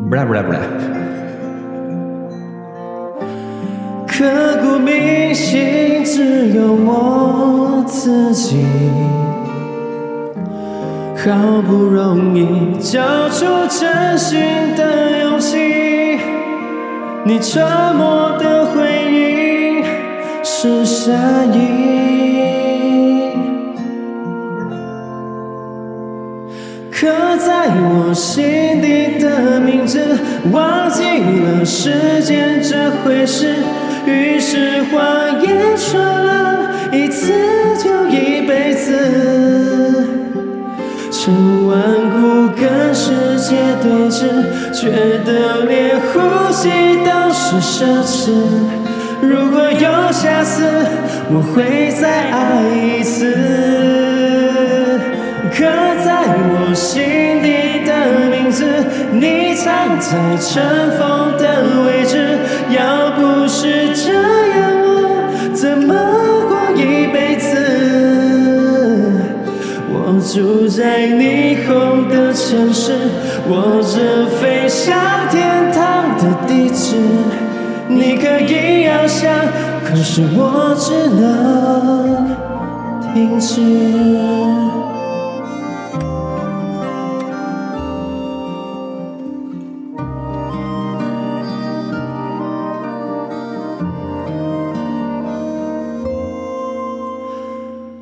不啦不啦不啦，
刻骨铭心，只有我自己。好不容易交出真心的勇气，你沉默的回应是善意。刻在我心底的名字，忘记了时间这回事，于是谎言说了一次就一辈子。趁顽固跟世界对峙，觉得连呼吸都是奢侈。如果有下次，我会再爱一次。刻在我心底的名字，你藏在尘封的位置。要不是这样，我怎么过一辈子？我住在霓虹的城市，握着飞向天堂的地址。你可以翱翔，可是我只能停止。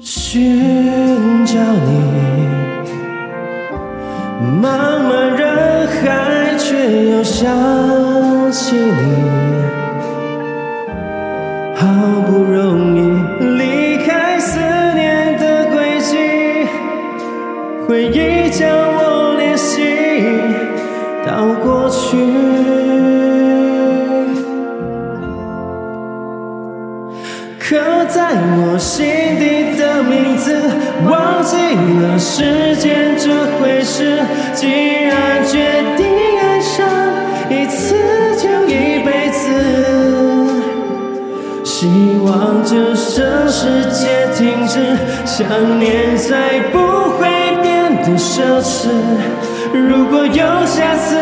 寻找你，茫茫人海，却又想起你。好不容易离开思念的轨迹，回忆将我联系到过去。刻在我心底的名字，忘记了时间这回事。既然决定爱上一次，就一辈子。希望这生世界停止，想念再不会变得奢侈。如果有下次，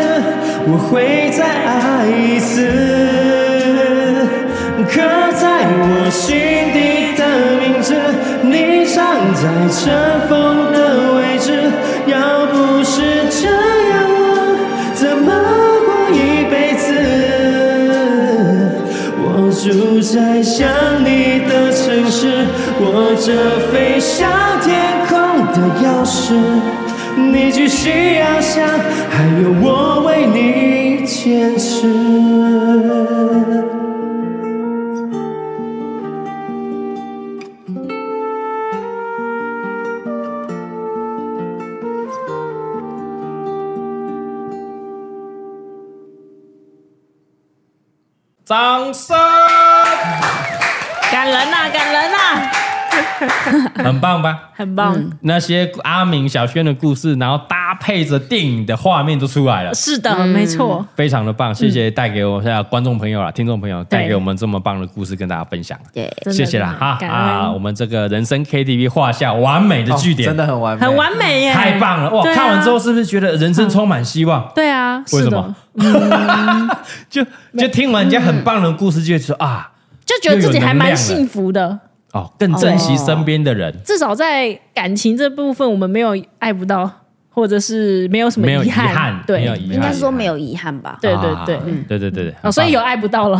我会再爱一次。刻在我心底的名字，你藏在尘封的位置。要不是这样，我怎么过一辈子？我住在想你的城市，握着飞向天空的钥匙。你继续翱翔，还有我为你坚持。
掌声，
感人呐、感人呐、
很棒吧？
很棒。
那些阿明、小轩的故事，然后搭配着电影的画面都出来了。
是的，没错。
非常的
嗯
棒，谢谢带给我现在观众朋友啦、听众朋友带给我们这么棒的故事跟大家分享，
对，
真的
谢谢啦
真的
哈
感恩哦
啊！我们这个人生 KTV 画下完美的句点，
哦真的很完美，
很完美耶，
太棒了哇！
对啊嗯
看完之后是不是觉得人生充满希望？
对啊，
为
是
什
的
么？就就听完人家很棒的故事，就会说
嗯
啊，
就觉得自己还
又有能量了
蛮幸福的。
哦，更珍惜身边的人，
至少在感情这部分，我们没有爱不到，或者是没有什么
没有遗
憾。
憾，
对，
没有遗憾，
应该是说没有遗憾吧？
对对
啊
对，嗯
对对对对，
哦，所以有爱不到了。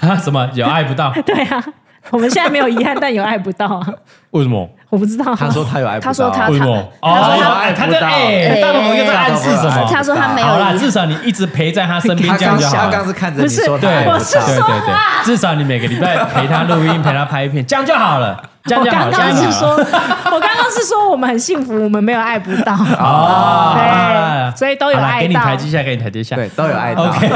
啊 <laughs> 什么有爱不到？
<laughs> 对啊，我们现在没有遗憾，但有爱不到 <laughs> 啊，
为什么？
我不知道啊。
他说他有爱不到，
他说
啊
他
为什么？
他说他
哎他
爱不
这
到
哎，大龙哥在暗示什么？
他说他没有
好啦，至少你一直陪在他身边，
他
这样
刚
就好
他
了
刚。是看着你
不是
说他
对，
爱
对
不
我是啊
到
对对对，至少你每个礼拜陪他录音，陪他拍片，这样就好了，这样
我
就好
哦刚
了。
刚
这
是
样就好
说
了，
<laughs> 我刚刚是说我们很幸福，我们没有爱不到。
哦，好
对
啦好啦
所以都有
好啦
爱
给你
到
台阶下，给你台阶下。
对都有爱到。
OK，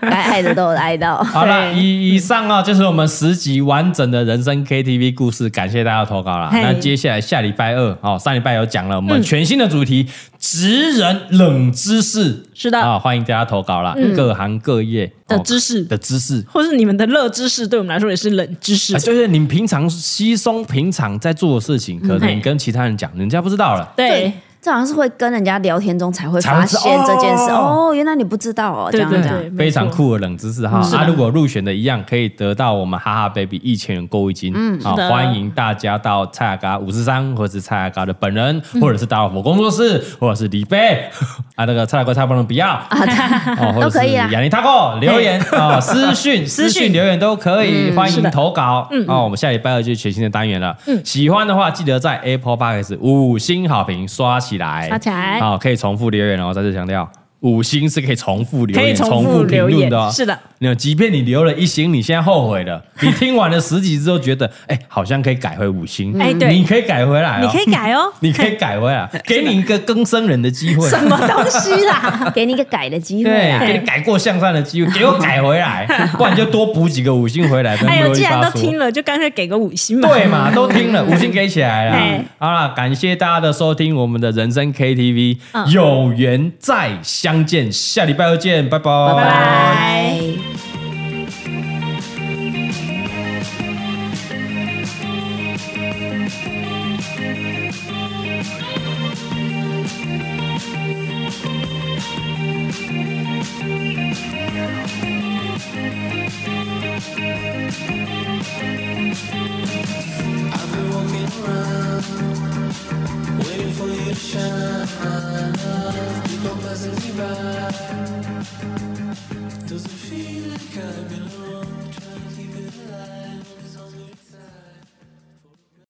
该爱的都有爱到。
好了，
对
以以上啊，就是我们十集完整的人生 KTV 故事，感谢大家的投稿啦。
嘿嗯
那接下来下礼拜二，哦，上礼拜有讲了，我们全新的主题“职人冷知识”，
是的嗯
啊、欢迎大家投稿啦，各行各业
的
哦
知识
的知识。
或是你们的热知识，对我们来说也是冷知识
啊、。就是你平常稀松平常在做的事情，可能
嗯嘿
你跟其他人讲，人家不知道了。
对，，
这好像是会跟人家聊天中才会
才会
发
知道
现这件事。
哦
哦，原来你不知道哦，这
对
样
对
这样。
对，
非常
没错。嗯
酷的冷知识哈！
是的
啊，如果入选的一样，可以得到我们哈哈 baby 一千元购物金。嗯，好，
是的
欢迎大家到蔡雅嘎五十三，或者是蔡雅嘎的本人，
嗯
或者是大老虎工作室，或者是李贝 <laughs> 啊，那个蔡雅嘎蔡不能不
<laughs>
要啊，哦或者
都可
是
以啊
雅尼塔哥留言
<laughs>
啊，私讯私讯留言都可
嗯
以，欢迎投稿。嗯，哦，我们下礼拜二就是全新的单元了。嗯，喜欢的话记得在 Apple Podcast 五星好评刷起起来，
刷起来
好，可以重复留言哦，再次强调。五星是可以重复留言、
可以重复
重复评
留言
论的、哦，
是的。
那即便你留了一星，你现在后悔
<laughs>
了，你听完了十集之后觉得，哎、好像可以改回五星，
哎对
你可以改回来、哦，
你可以改
<laughs>，
哦
你可以改回来，啊给你一个更生人的机会，
什么东西啦？
<laughs> 给你一个改的机会
对，
啊。
给你改过向善的机会，给我改回来， <laughs> 不然你就多补几个五星回来。不然
<laughs> 哎
不
呦，
容易
既然
发
都
出
听了，就干脆给个五星嘛。
对嘛，都听了，五星给起来了
哎。
好啦，感谢大家的收听，我们的人生 KTV，、有
嗯
缘再相见，下礼拜二见，拜拜，
拜
拜
拜。
Does it feel like I belong?